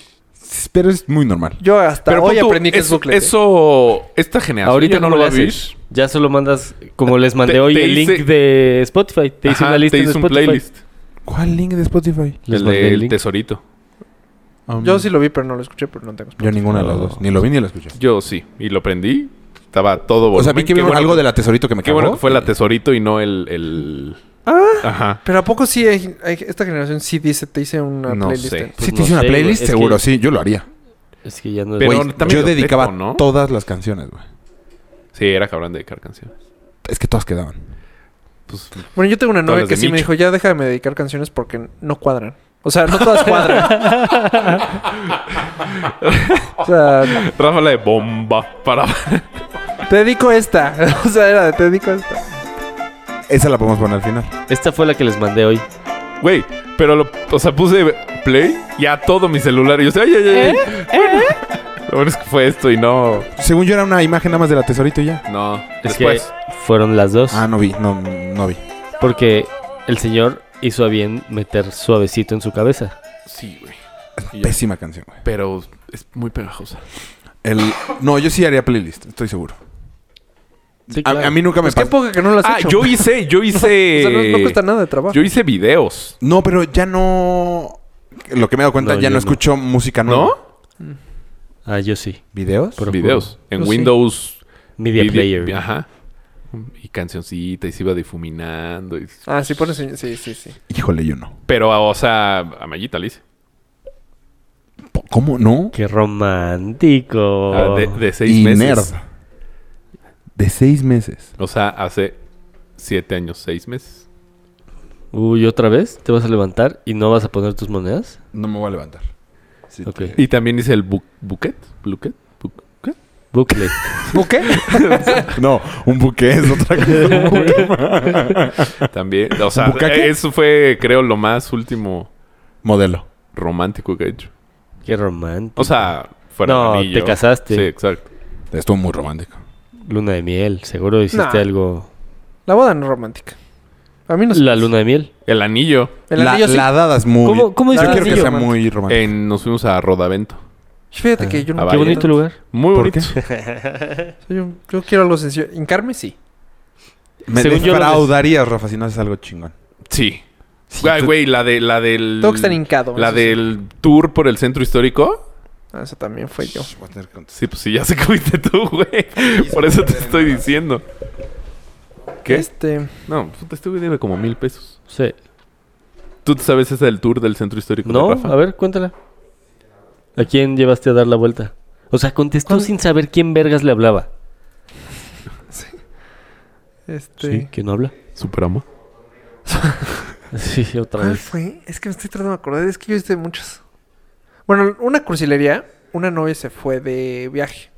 Pero es muy normal. Yo hasta Pero hoy pon tú, aprendí que es ¿eh? eso, bucle. Eso. Esta generación. ahorita ya no lo vas a vivir. vivir. Ya solo mandas, como les mandé Te- hoy te el hice- link de Spotify. Te hice Ajá, una lista te de hice un Spotify. playlist. ¿Cuál link de Spotify? Les el mandé del el link. tesorito. Um, Yo sí lo vi, pero no lo escuché, pero no tengo Yo ninguna de las dos. Ni lo vi ni lo escuché. Yo sí. Y lo prendí. Estaba todo O volumen. sea, vi que Qué vimos bueno algo de la tesorito que me Qué cagó. bueno que fue la tesorito y no el. el... Ah. Ajá. Pero ¿a poco sí hay, hay- esta generación sí dice, te hice una No playlist? sé. en- Si Pues te no hice una sé, güey, playlist, es seguro, que- sí. Yo lo haría. Es que ya no es- Pero Güey, también yo lo dedicaba teco, ¿no? todas las canciones, güey. Sí, era cabrón de dedicar canciones. Es que todas quedaban. Pues, Bueno, yo tengo una novia las que de sí me Micho. dijo, ya déjame dedicar canciones porque no cuadran. O sea, no todas cuadran. o sea, Ráfaga de bomba para... te dedico esta. O sea, era de te dedico esta. Esa la podemos poner al final. Esta fue la que les mandé hoy. Güey, pero lo... O sea, puse play y a todo mi celular. Y yo, ay, ay, ay. ay. ¿Eh? Bueno, Lo bueno es que fue esto y no... Según yo era una imagen nada más de la tesorito y ya. No, Es después. que fueron las dos. Ah, no vi, no, no vi. Porque el señor hizo a bien meter suavecito en su cabeza. Sí, güey. Y ya. Pésima canción, güey. Pero es muy pegajosa. El... No, yo sí haría playlist, estoy seguro. Sí, A, claro. a mí nunca me Pues qué pasó. poca que no las has Ah, hecho. yo hice, yo O hice... sea, no, no cuesta nada de trabajo. Yo hice videos. No, pero ya no. Lo que me he dado cuenta, No, ya yo no no. escucho música nueva. ¿No? Ah, yo sí. ¿Videos? Por videos. En Yo sí. Windows... Media Video- Player. Ajá. Y cancioncita y se iba difuminando. y- Ah, sí, pones... en- Sí, sí, sí. Híjole, yo no. Pero, o sea, a Mayita le hice. Po- ¿Cómo no? Qué romántico. Ah, de, de seis Y meses. nerd. De seis meses. O sea, hace siete años, seis meses. Uy, ¿otra vez? ¿Te vas a levantar y no vas a poner tus monedas? No me voy a levantar. Sí, Ok. te- Y también hice el bu buquet. ¿Buquet? ¿Buquet? Bucle. ¿Buque? No, un buque es otra cosa. También. O sea, ¿Bucaque? eso fue, creo, lo más último Modelo. romántico que he hecho. Qué romántico. O sea, fuera No, de anillo. te casaste. Sí, exacto. Estuvo muy romántico. Luna de miel. Seguro hiciste Nah. algo. La boda no es romántica. A mí no se me La hace. luna de miel. El anillo. El la, anillo sí. la dada es muy... ¿Cómo, cómo Yo hiciste La quiero el que anillo? sea muy romántico. En- nos fuimos a Rodavento. Fíjate que yo no Ah, Qué vaya. bonito lugar. Muy ¿Por bonito. Soy un- Yo, quiero algo sencillo. Hincarme, sí. Me Según yo lo defraudarías, Rafa, si no haces algo chingón. Sí. Güey, güey, la, de, la del... Tengo que estar hincado. La eso del tour por el centro histórico. sí. Ah, Eso también fue yo. Voy a tener que contestar. Sí, pues sí, ya se comiste tú, güey. Por eso te estoy diciendo. ¿Qué? Este. No, puta, este güey debe como mil pesos. Sí. ¿Tú te sabes esa del tour del centro histórico de No, Rafa? a ver, cuéntala. ¿A quién llevaste a dar la vuelta? O sea, contestó ¿Cuándo? sin saber quién vergas le hablaba. Este. Sí, que no habla. Superama. Sí, otra ¿Cuál vez. fue? Es que me estoy tratando de acordar. Es que yo hice muchas. Bueno, una cursilería, una novia se fue de viaje.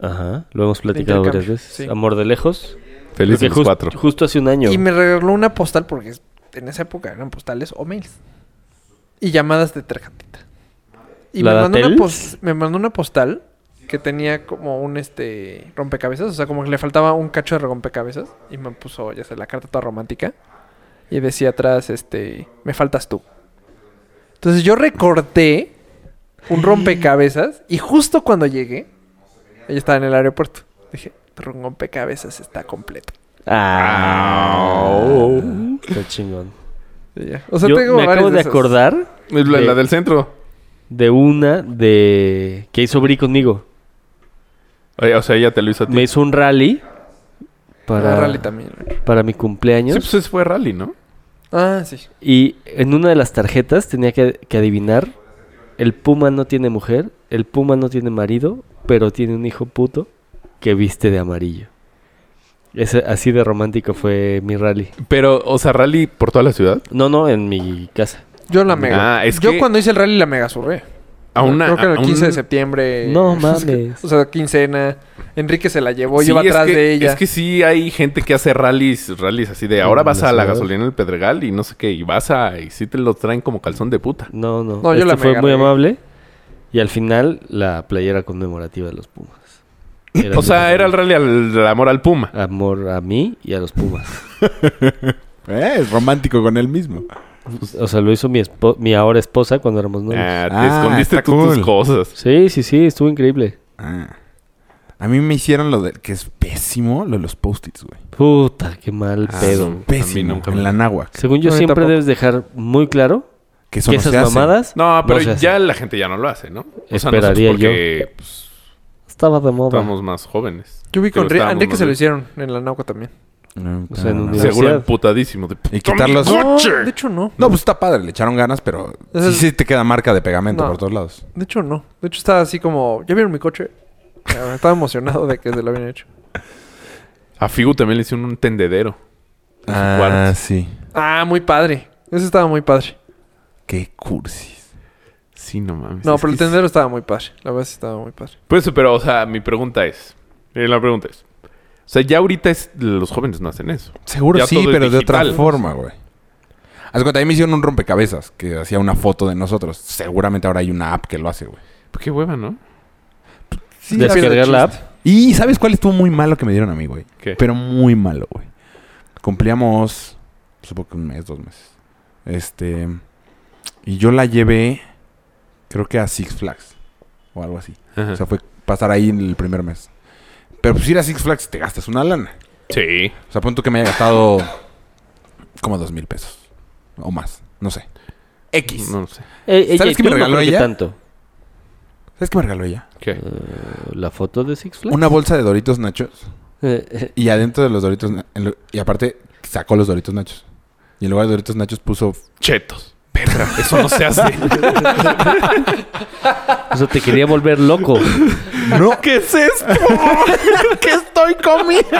Ajá, lo hemos platicado intercambio, varias veces. sí. Amor de lejos. Feliz Creo que los jus- cuatro. Justo hace un año. Y me regaló una postal porque es- en esa época eran postales o mails. Y llamadas de tarjetita. Y ¿La me de mandó, una Telmex? pos- me mandó una postal que tenía como un este rompecabezas. O sea, como que le faltaba un cacho de rompecabezas. Y me puso, ya sé, la carta toda romántica. Y decía atrás, este, me faltas tú. Entonces yo recorté un rompecabezas y justo cuando llegué, ella estaba en el aeropuerto. Dije, tu rompecabezas está completo. Ah, Au. qué chingón. Y ya. O sea, Yo tengo me acabo varios de esos. acordar Es La, De- la del centro. de una de que hizo Bri conmigo. Oye, o sea, ella te lo hizo a ti. Me hizo un rally para Ah, rally también. para mi Sí, cumpleaños pues ese fue rally, ¿no? Ah, sí. y en una de las tarjetas tenía que, que adivinar el puma no tiene mujer, el puma no tiene marido, pero tiene un hijo puto que viste de amarillo. Ese- así de romántico fue mi rally. Pero, o sea, rally por toda la ciudad. No, no, en mi casa. Yo la mega. Ah, es Yo que- cuando hice el rally la mega surré. A una. Creo que a era el un- 15 de septiembre. No mames. o sea, quincena. Enrique se la llevó, Sí, yo iba es atrás que- de ella. Es que sí hay gente que hace rallies, rallies así de ahora En vas la a la ciudad. gasolina del Pedregal y no sé qué, y vas a, y sí te lo traen como calzón de puta. No, no. No, yo Este la fue mega muy regué. amable. Y al final, la playera conmemorativa de los Pumas. O sea, era el rally al al amor al Puma. Amor a mí y a los Pumas. Eh, es romántico con él mismo. o sea, lo hizo mi, espo- mi ahora esposa cuando éramos novios. Ah, te Ah, escondiste está tú tus cool. cosas. Sí, sí, sí, estuvo increíble. Ah. A mí me hicieron lo de... Que es pésimo lo de los post-its, güey. Puta, qué mal Ah, pedo. no. Pésimo. nunca me- en la náhuatl. Según yo, No, yo siempre tampoco. debes dejar muy claro Que eso que no esas se hace. mamadas. No, pero se hacen. ya la gente ya no lo hace, ¿no? O sea, nosotros Esperaría yo. porque pues, Estaba de moda. estábamos más jóvenes. Yo vi con Pero Enri- a estábamos Enrique más se lo bien. hicieron en la Nauca también. No, O sea, en no, un no. nivel- Seguro Universidad. emputadísimo. de, Y quitar los- No, de hecho no. No, pues está padre. Le echaron ganas, pero... Es Sí, el- sí te queda marca de pegamento No. por todos lados. De hecho no. De hecho estaba así como, ¿ya vieron mi coche? Ah, Estaba emocionado de que se lo habían hecho. A Figu también le hicieron un tendedero. Ah, cuartos. sí. Ah, muy padre. Eso estaba muy padre. Qué cursis. Sí, no mames. No, Pues Es pero el que sí. tendero estaba muy padre. La verdad sí estaba muy padre. Pues, eso, pero, o sea, mi pregunta es... eh, la pregunta es... O sea, ya ahorita es- los jóvenes no hacen eso. Seguro Ya sí, todo es pero de digital. otra forma, güey. Haz cuenta, a mí me hicieron un rompecabezas que hacía una foto de nosotros. Seguramente ahora hay una app que lo hace, güey. Pues qué hueva, ¿no? Sí, ya pierde Descargar la app. chiste. Y ¿sabes cuál estuvo muy malo que me dieron a mí, güey? ¿Qué? Eh, Pero muy malo, güey. Cumplíamos, supongo que un mes, dos meses. Este. Y yo la llevé, creo que a Six Flags o algo así. Ajá. O sea, fue pasar ahí en el primer mes. Pero pues ir a Six Flags te gastas una lana. sí. O sea, pon tú que me haya gastado como dos mil pesos. O más. No sé. X. No lo sé. Eh, ella ¿Sabes y qué me tú no regaló creo que ella? tanto. ¿Sabes qué me regaló ella? ¿Qué? Eh, la foto de Six Flags. Una bolsa de Doritos Nachos. Eh, eh, Y adentro de los Doritos... Na- en lu- Y aparte sacó los Doritos Nachos. Y en lugar de Doritos Nachos puso... Chetos. Perra, eso no se hace. o sea, te quería volver loco. ¡No! ¿Qué es esto? ¿Qué estoy comiendo?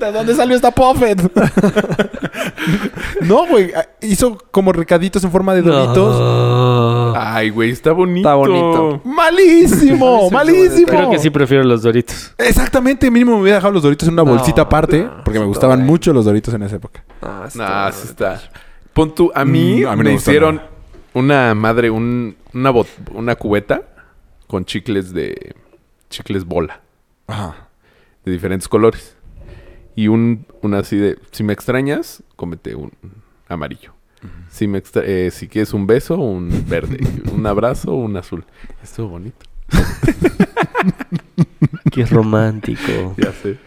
¿De dónde salió esta Puffet? ah, no, güey. Hizo como recaditos en forma de Doritos. No. Ay, güey, está bonito. Está bonito. Malísimo, malísimo. Creo que sí prefiero los Doritos. Exactamente, mínimo me hubiera dejado los doritos en una No, bolsita aparte, no, porque me está gustaban bien. mucho los doritos en esa época. Ah, sí Nah, sí está- está. Pon tú, a mí, Mm, a mí no me me gusta hicieron nada. una madre, un- una, bot- una cubeta con chicles de. chicles bola, Ajá. de diferentes colores. Y un, una así de. Si me extrañas, cómete un amarillo. Si, me extra- eh, si quieres un beso, un verde. un abrazo, un azul. Estuvo bonito. Qué romántico. Ya sé.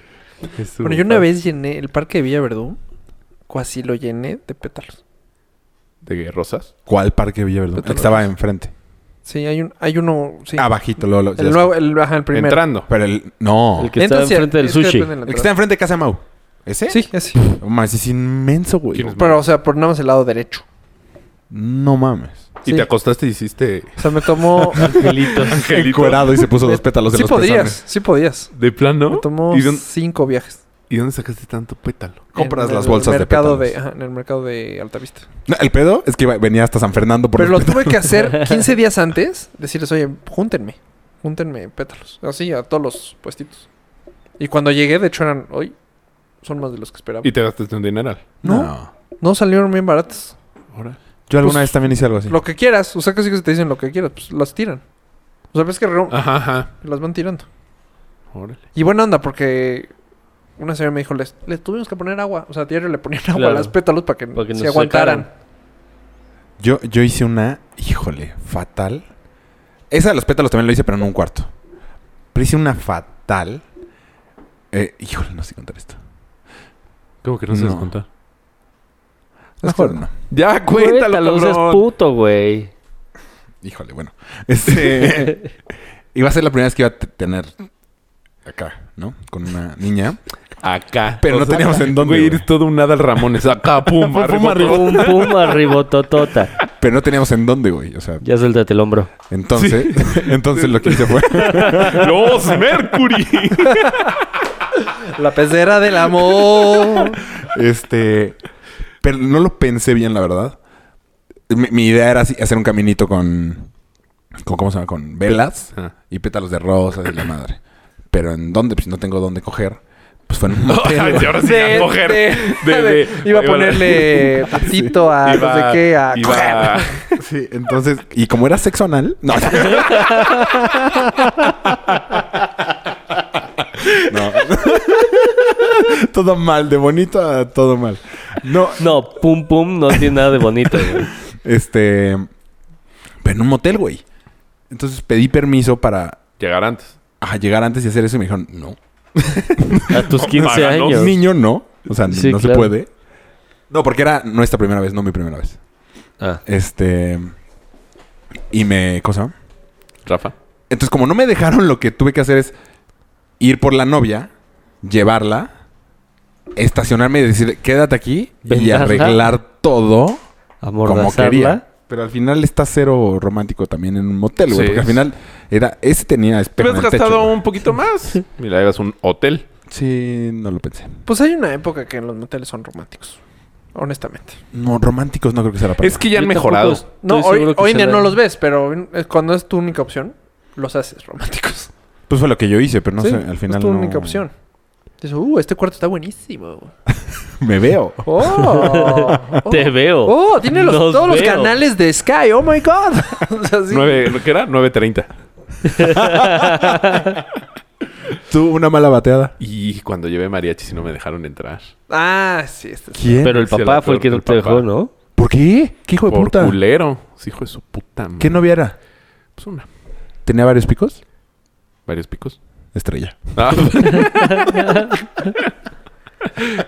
Estuvo Bueno, yo una padre. vez llené el parque de Villa Verdún, casi lo llené de pétalos. ¿De rosas? ¿Cuál parque de Villaverdún? El que estaba enfrente. Sí, hay un, hay uno, sí. Abajito, Lolo. el nuevo, el, ajá, el primero. Entrando. Pero el. No. El El que está Entras y- enfrente del es que sushi. depende de la que, está entrada. enfrente de Casa Mau. ¿Ese? Sí, así. No mames, es inmenso, güey. ¿Quién es? Pero, o sea, por nada más el lado derecho. No mames. Y Sí. te acostaste y hiciste O sea, me tomó... Angelitos. angelito. Encuerado y se puso dos pétalos en sí los podías, pezones. sí podías. ¿De Me plano? tomó ¿Y dónde, cinco viajes. y dónde sacaste tanto pétalo? Compras En las el bolsas de mercado de, pétalos. ajá, En el mercado de Altavista. No, el pedo es que iba- venía hasta San Fernando por Pero lo los tuve que hacer 15 días antes. Decirles, oye, júntenme. Júntenme pétalos. Así, a todos los puestitos. Y cuando llegué, de hecho, eran... Hoy son más de los que esperaba. Y te gastaste un dineral. No. No salieron bien baratos. Ahora. Yo alguna Pues, vez también hice algo así. Lo que quieras. O sea, casi que te dicen lo que quieras. Pues las tiran. O sea, ves que re- Ajá, ajá. las van tirando. Órale. Y buena onda, porque... Una señora me dijo, les, le tuvimos que poner agua. O sea, a diario le ponían agua Claro. a las pétalos para que, Para que se nos aguantaran. Yo, yo hice una, híjole, fatal. Esa de los pétalos también lo hice, pero en un cuarto. Pero hice una fatal. Eh, híjole, no sé contar esto. ¿Cómo que no sabes No. contar? Mejor no. Ya, Cuéntalo, seas puto, güey. Híjole, bueno. Este, iba a ser la primera vez que iba a t- tener acá, ¿no? Con una niña. Acá. Pero no teníamos en dónde, Güey, güey. eres todo un nada al Ramones. Acá, pum, arriba, todo. Pum, pum, arribototota. Pero no teníamos en dónde, güey. O sea, Ya suéltate el hombro. entonces, entonces lo que hice fue. Los Mercury. La pecera del amor. Este. Pero no lo pensé bien, la verdad. Mi, mi idea era así, hacer un caminito con, con. ¿Cómo se llama? Con velas Ah. y pétalos de rosas y la madre. Pero en dónde, pues si no tengo dónde coger, pues fue en un motel, Ay, güey. ahora sí, a coger. De- de- iba a ponerle tatito a Ah, Iba- Ah, no sé qué, ah. a iba- Sí, entonces. Y como era sexo anal. No. No. todo mal, de bonito a todo mal. No, No, pum, pum, no tiene nada de bonito, güey. Este. Pero en un motel, güey. Entonces pedí permiso para Llegar antes. ajá, llegar antes y hacer eso. Y me dijeron, no. A tus No, 15 paganos. años. Niño, no. O sea, n- Sí, no se claro. puede. No, porque era nuestra primera vez, no mi primera vez. Ah, Este. Y me. cosa Rafa. Entonces, como no me dejaron, lo que tuve que hacer es ir por la novia, llevarla, estacionarme y decir, quédate aquí y Vendarla. arreglar todo. como quería. amordazarla. Pero al final está cero romántico también en un motel, güey. Sí. Porque al final era... Ese tenía Te espejo hubieras en el techo, gastado güey. un poquito más. Mira, eras un hotel. Sí, no lo pensé. Pues hay una época que los moteles son románticos. Honestamente. No, románticos no creo que sea la palabra. Es que ya han Yo tampoco mejorado. estoy No, hoy, seguro que hoy en se día la- no los ves, pero en- eh, cuando es tu única opción, los haces románticos. Pues fue lo que yo hice, pero no Sí, sé. Al final Es tu no- única opción. Dices, uh, este cuarto está buenísimo. Me veo. Oh, oh. Te veo. Oh, tiene los- Nos todos los veo. canales de Sky. Oh my God. O sea, sí. Nueve, ¿Qué era? 9.30. Tuve una mala bateada. Y cuando llevé mariachi, si no me dejaron entrar. Ah, sí, este es- ¿Quién? Pero el Sí, papá el fue el que doctor, no te el papá. dejó, ¿no? ¿Por qué? ¿Qué hijo de Por puta? culero. Sí, hijo de su puta madre. ¿Qué novia era? Pues una. ¿Tenía varios picos? Varios picos. Estrella. Ah.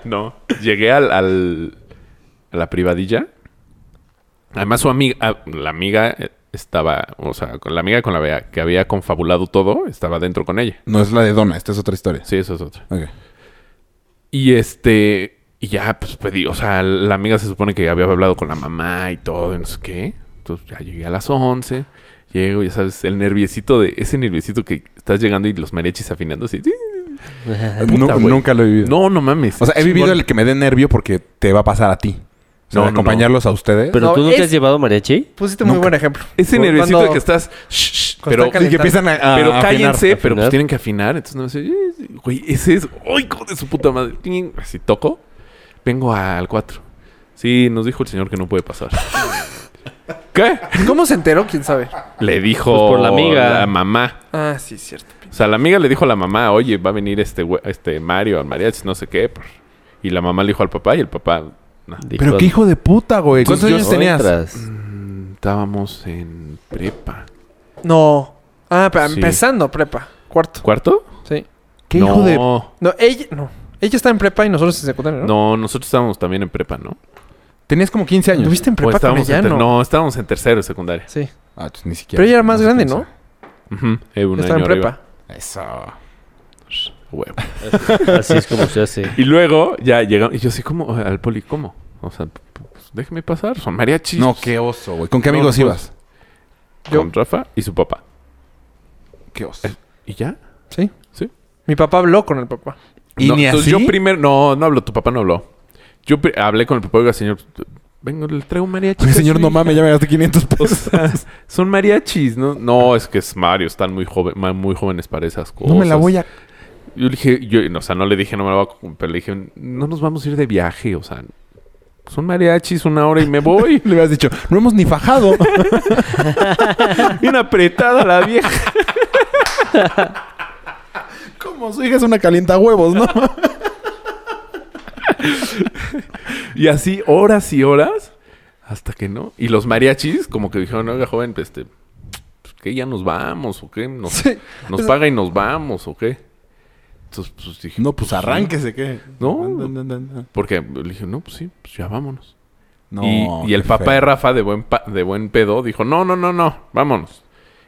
no. Llegué al, al- a la privadilla. Además, su amiga, ah, la amiga eh, estaba, o sea, con la amiga con la vea- que había confabulado todo, estaba dentro con ella. No es la de Donna, esta es otra historia. Sí, eso es otra. Ok. Y este, y ya, pues pedí, o sea, la amiga se supone que había hablado con la mamá y todo, y no sé qué. Entonces ya llegué a las 11. Llego, ya sabes, el nerviecito de ese nerviecito que estás llegando y los mariachis afinando así. Nu- güey. Ah, nunca lo he vivido. No, no mames. O sea, he vivido Chingón. el que me dé nervio porque te va a pasar a ti. O sea, de acompañarlos a ustedes. ¿Pero No, tú no te es- has llevado mariachi? Pusiste muy Nunca. buen ejemplo. Ese Cuando- nerviosito de que estás. "Shh, shh", Cuando pero, está y que calentar. empiezan a, a- pero a afinar. cállense, pero pues Ah, afinar. tienen que afinar. Entonces no sé, "Eh, güey, ese es. ¡Ay, hijo de su puta madre! Ting. Así toco. Vengo al 4. Sí, nos dijo el señor que no puede pasar. ¿Qué? ¿Cómo se enteró? ¿Quién sabe? Le dijo Pues por la amiga. la mamá. Ah, sí, cierto. O sea, la amiga le dijo a la mamá, oye, va a venir este, güe- este Mario al mariachi, no sé qué. por-". Y la mamá le dijo al papá y el papá... "No". Pero qué hijo de puta, güey. ¿Cuántos años tenías? Mm, Estábamos en prepa. No. Ah, pero Sí. empezando prepa. Cuarto. ¿Cuarto? Sí. ¿Qué no, hijo de No, ella... No. Ella está en prepa y nosotros en secundaria, ¿no? No, nosotros estábamos también en prepa, ¿no? Tenías como 15 años. ¿Tuviste en O prepa con estábamos ella? en ter- No. no, estábamos en tercero de secundaria. Sí. Ah, pues ni siquiera. Pero ella era más No sé grande, qué ¿no? Ujú, eh, un Estaba en año prepa. arriba. Eso. Huevo. Así es como se hace. Y luego ya llegamos... Y yo así, ¿cómo? Al poli, ¿cómo? O sea, pues, déjeme pasar. Son mariachis. No, qué oso, güey. ¿Con qué No, amigos pues- ibas? Con Rafa y su papá. Qué oso. ¿Y ya? Sí. Sí. Mi papá habló con el papá. ¿Y No, ni entonces así? Yo primero... No, no habló. Tu papá no habló. Yo pri- hablé con el papá y digo, señor... Vengo, le traigo un mariachi. Oye, a su señor, no hija". mames, ya me gasté 500 O pesos. sea, son mariachis, ¿no? No, es que es Mario, están muy, joven, ma- muy jóvenes para esas cosas. No me la voy a... Yo le dije, yo, no, o sea, no le dije no me la voy a... cu- Pero le dije, no nos vamos a ir de viaje, o sea... Son mariachis una hora y me voy. Le habías dicho, no hemos ni fajado. Bien apretada la vieja. Como su hija es una calienta huevos, ¿no? Y así horas y horas hasta que no. Y los mariachis como que dijeron, oiga, joven, pues, este... pues, ¿Qué? ¿Ya nos vamos o qué? Nos, Sí. nos paga y nos vamos o qué? Entonces, pues dije... No, pues sí. arránquese, ¿qué? No. No, no, no, no. Porque le dije, no, pues sí, pues ya vámonos. No, y, y el qué papá feo. de Rafa, de buen, pa- de buen pedo, dijo, no, no, no, no, vámonos.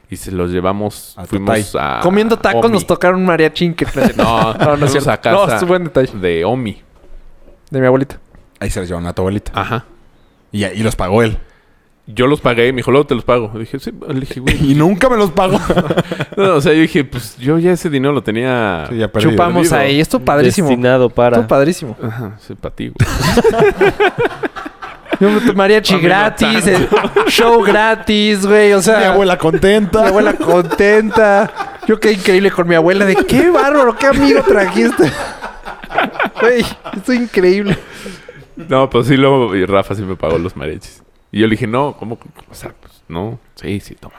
Y se los llevamos, A fuimos a... Comiendo tacos Ah, Omi. nos tocaron mariachín que No, no, no, cierto. a casa No, es un buen detalle. de Omi. De mi abuelita. Ahí se los llevaron a tu abuelita. Ajá. Y, y los pagó él. Yo los pagué, me dijo, luego te los pago. Le dije, sí, le dije, güey. Y nunca me los pagó. No, o sea, yo dije, pues yo ya ese dinero lo tenía... Sí, ya perdí. Chupamos ahí. Esto padrísimo. Destinado para... Esto padrísimo. Ajá, sí, para ti, güey. Yo tu mariachi Mami, no gratis, el tanto. show gratis, güey. O sea, Mi abuela contenta. mi abuela contenta. Yo qué increíble con mi abuela de qué bárbaro, qué amigo trajiste. Güey, esto es increíble. No, pues sí, luego y Rafa sí me pagó los mariachis. Y yo le dije, no, ¿cómo? O sea, pues no. Sí, sí, toma.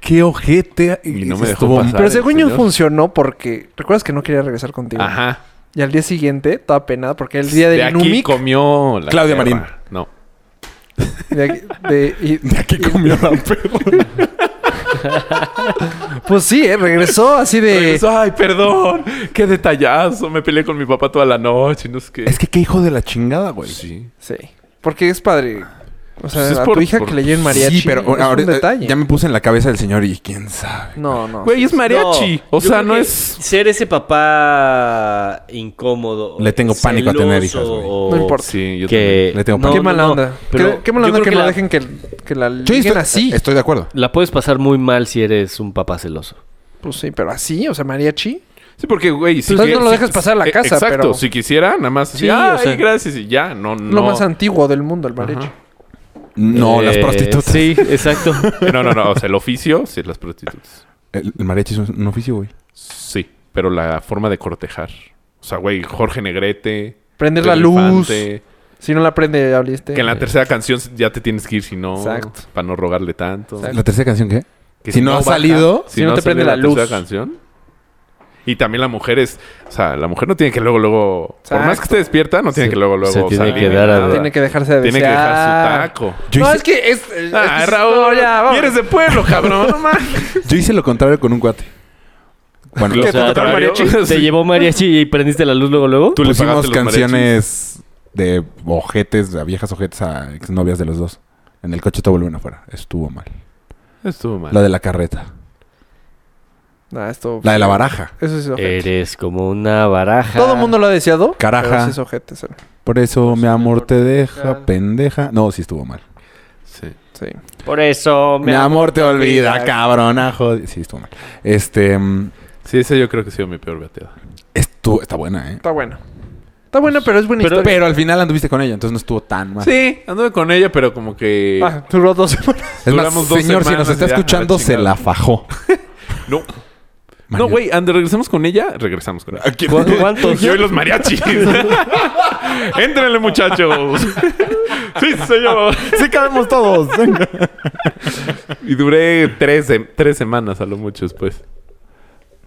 Qué ojete. Y no me dejó Estuvo- pasar. Pero el según yo señor. funcionó porque recuerdas que no quería regresar contigo. Ajá. Y al día siguiente, toda penada, porque el día de del aquí Numic. comió la Claudia perra. Marín. No. de aquí- de- y- De aquí comió la perra. pues sí, eh, regresó así de. Regresó, Ay, perdón. Qué detallazo. Me peleé con mi papá toda la noche. No sé qué. es que qué hijo de la chingada, güey. Sí. Sí. Porque es padre. O sea, Pues es a por- tu hija por- que le lleven mariachi. Sí, pero es ahora eh, un detalle. ya me puse en la cabeza del señor y quién sabe. No, no. Güey, es mariachi. o yo sea, creo no que es. Ser ese papá incómodo. Le tengo pánico a celoso, tener hijas, güey. o No importa. Sí, yo Que... Le tengo No, pánico. Qué no, mala no, onda. pero Qué- qué mala yo onda creo que, no la- dejen que, que la Yo liguen así. estoy de acuerdo. La puedes pasar muy mal si eres un papá celoso. Pues sí, pero así, o sea, mariachi. Sí, porque, güey. Si Entonces que- no lo si- dejas pasar a la eh, casa, Exacto. pero- Si quisiera, nada más. Sí, Sí, ah, o sea- ay, gracias. Y ya. No, no. Lo más antiguo del mundo, el mariachi. Ajá. No, las Eh, prostitutas. Sí, exacto. No, no, no. O sea, el oficio, sí, las prostitutas. El, el mariachi es un, un oficio, güey. Sí. Pero la forma de cortejar. O sea, güey, Jorge Negrete. Prender la Pedro luz. Infante, Si no la prende, este. ya habliste. Que en la tercera canción ya te tienes que ir, si no. Exacto. Para no rogarle tanto. Exacto. ¿La tercera canción qué? Que Si no ha baja, salido, si no te sale prende la luz. tercera canción. Y también la mujer es, o sea, la mujer no tiene que luego luego, por más que esté despierta, no tiene Se- que luego luego se tiene salir que ni dar a- nada. Tiene que dejarse de Tiene que dejar desear. su taco. Yo No, hice, es que es. es Ah, que- Raúl, no, ya, vamos. y eres de pueblo, cabrón, no mames. yo hice lo contrario con un cuate. Bueno, ¿Qué los- O sea, contrario? te Sí. llevó mariachi y prendiste la luz luego, luego. Tú le pusimos pagaste los canciones de ojetes, a viejas ojetes a exnovias de los dos. En el coche te vuelven afuera. Estuvo mal. Estuvo mal. La de la carreta. Nah, esto. La de la baraja. Eso sí es ojete. Eres como una baraja. Todo el mundo lo ha deseado. Caraja. pero sí es ojete, sí. Por eso, mi amor, te deja deja. pendeja. No, sí estuvo mal. Sí. Sí. Por eso, Mi amor, te olvida, cabronajo. Sí, estuvo mal. Este. mm, Sí, esa yo creo que ha sido mi peor bateada. estu- está buena, ¿eh? Está bueno. Está buena, pero es buena Pero, historia. al final anduviste con ella, entonces no estuvo tan mal. Sí, anduve con ella, pero como que... Ah, duró dos semanas. es más, duramos dos señor, si semanas nos está y ya, escuchando, a la se chingada. la fajó. No, no, Mario. güey, ande regresamos con ella, regresamos con ella. ¿Cu- cuántos? Yo y los mariachis. Éntrenle, muchachos. sí, señor. Sí cabemos todos. venga. Y duré tres, sem- tres semanas a lo mucho después.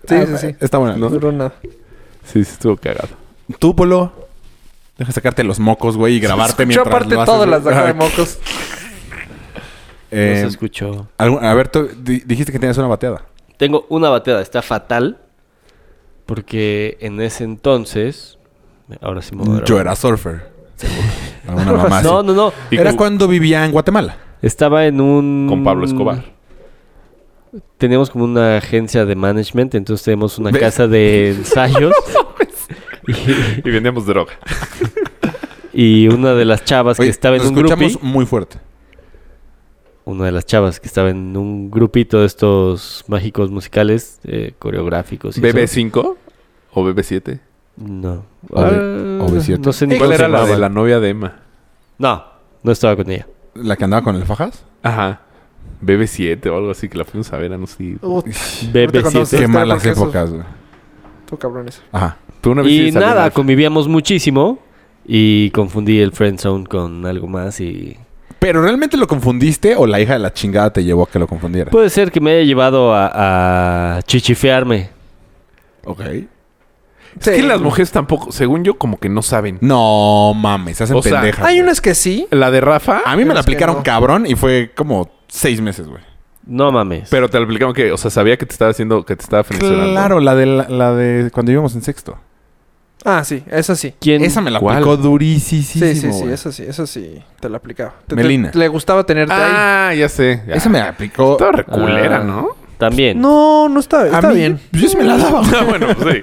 Sí, Ah, sí, sí. Está buena. No duró nada. Sí, sí, estuvo cagado. Tú, Polo, deja sacarte los mocos, güey, y grabarte Yo mientras aparte lo haces, todas güey. las sacó de Ah, mocos. No eh, se escuchó. algún- a ver, tú di- dijiste que tenías una bateada. Tengo una bateada, está fatal. Porque en ese entonces. Ahora sí me voy a Yo grabar. era surfer. Seguro. Alguna mamá No, así. no, no. Y Era con- cuando vivía en Guatemala. Estaba en un. Con Pablo Escobar. Teníamos como una agencia de management, entonces tenemos una Ve- casa de ensayos. Mm. Y vendíamos droga. Pues y, y una de las chavas Oye, que estaba en nos un escuchamos grupi- muy fuerte. Una de las chavas que estaba en un grupito de estos mágicos musicales, eh, coreográficos. y eso. ¿BB5 o BB7? No. O de- Ah, o de siete. No sé ni ¿Cuál cómo era se la de llamaba. la novia de Emma? No, no estaba con ella. ¿La que andaba con el fajas? Ajá. BB7 o algo así que la fuimos a ver a no sé. Ahorita contamos BB7. Sí, Qué está, malas porque esos- épocas, güey. Tú cabrones. Ajá. Tú una vez Y sí salí nada, mal. convivíamos muchísimo y confundí el friend zone con algo más y ¿Pero realmente lo confundiste o la hija de la chingada te llevó a que lo confundieras? puede ser que me haya llevado a, a chichifearme. Ok. Es que las mujeres tampoco, según yo, como que no saben. No mames, se hacen O sea, pendejas. Hay güey. unas que sí. La de Rafa, Ah. A mí me Pero la es que aplicaron no. cabrón y fue como seis meses, güey. No mames. pero te la aplicaron que, o sea, sabía que te estaba haciendo, que te estaba frencionando. Claro, la de, la, la de cuando íbamos en sexto. Ah, sí, esa sí. ¿Quién? Esa me la ¿Cuál? aplicó durísimo. Sí, sí, sí, güey. esa sí, esa sí te la aplicaba. Te- te- Melina. le gustaba tenerte ahí. Ah, ya sé. ya. Esa me la aplicó. Estaba reculera, Ah. ¿no? También. No, no está, A está mí, bien. Yo sí me la daba. Ah, bueno, pues sí.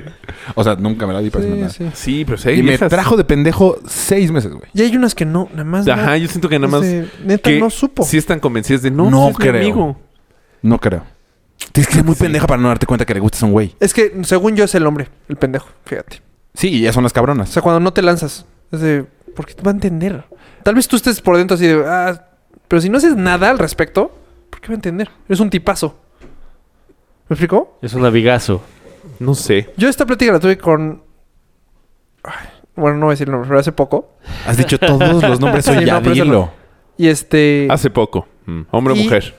O sea, nunca me la di para Sí, nada. sí. Sí, pero sí. hay Y me viejas- trajo de pendejo seis meses, güey. Y hay unas que no, nada más. Ajá, yo siento que nada más. neta, que no supo. Sí están convencidas de no, No no es mi creo. amigo. No creo. Tienes que ser muy pendeja para no darte cuenta que le gustas a un güey. Es que según yo es el hombre, el pendejo, fíjate. Sí, y ya son las O cabronas. sea, cuando no te lanzas, es de, ¿por qué te va a entender? Tal vez tú estés por dentro así de, ah, pero si no haces nada al respecto, ¿por qué va a entender? Eres un tipazo. ¿Me explicó? Es un avigazo. No sé. Yo esta plática la tuve con. Ay, Bueno, no voy a decir el nombre, pero hace poco. Has dicho todos los nombres, Sí, oye, ya no, pero eso dilo. no. Y este. Hace poco. Mm, Hombre o Y- mujer.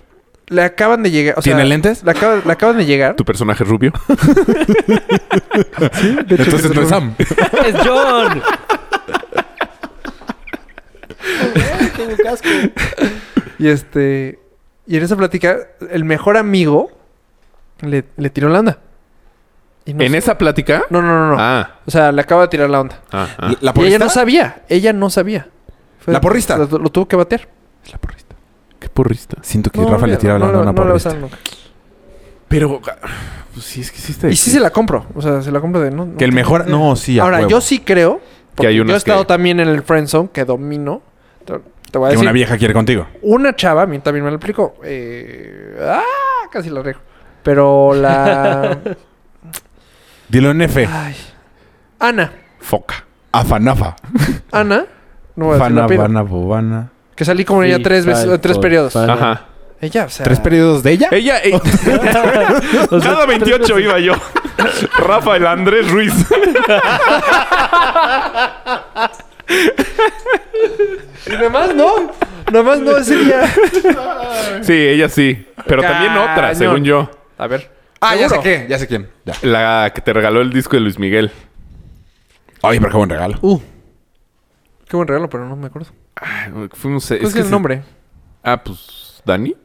Le acaban de llegar. O sea, ¿Tiene lentes? Le, acaba- le acaban de llegar. Tu personaje es rubio. Entonces no es Sam. ¡Es John! Y este. Y en esa plática, el mejor amigo le, le tiró la onda. Y no ¿En sé- esa plática? No, no, no, no. Ah, O sea, le acaba de tirar la onda. ah, ah. La Y ella porrista. no sabía. Ella no sabía. Fue- ¿La porrista? Lo, lo tuvo que batear. La porrista. Qué porrista. Siento que No, Rafa le mira, tiraba la no, onda a no, una no la porrista. usaron nunca. Pero, pues sí, es que sí está Y sí se la compro. O sea, se la compro de... No, no que el tengo mejor. idea. No, sí. a Ahora, huevo. yo sí creo... Porque hay yo he unas estado que- también en el friendzone que domino. Te, te voy a decir... Que una Una, vieja quiere contigo. chava, a mí también me la aplicó. Eh, ah, casi la riego. Pero la... Dilo en F. Ay. Ana. Foca. Afanafa. Ana. No voy a Ah. decir la Fana, apellido, Fana, Bobana. Que salí con ella Sí, tres veces, fan, tres fan, periodos. fan. Ajá. Ella, o sea... ¿Tres periodos de ella? Ella, eh, O sea, cada 28 iba yo. Rafa, el Andrés Ruiz. Y nada más no. Nada más no ese día. Sí, ella sí. Pero también otra, Cañón. según yo. A ver. Ah, ya sé Seguro. qué. Ya sé quién. Ya. La que te regaló el disco de Luis Miguel. Oye, pero qué buen regalo. Uh. Qué buen regalo, pero no me acuerdo. Ay, Fuimos. ¿Cuál es, el sí. nombre? Ah, pues. ¿Dani?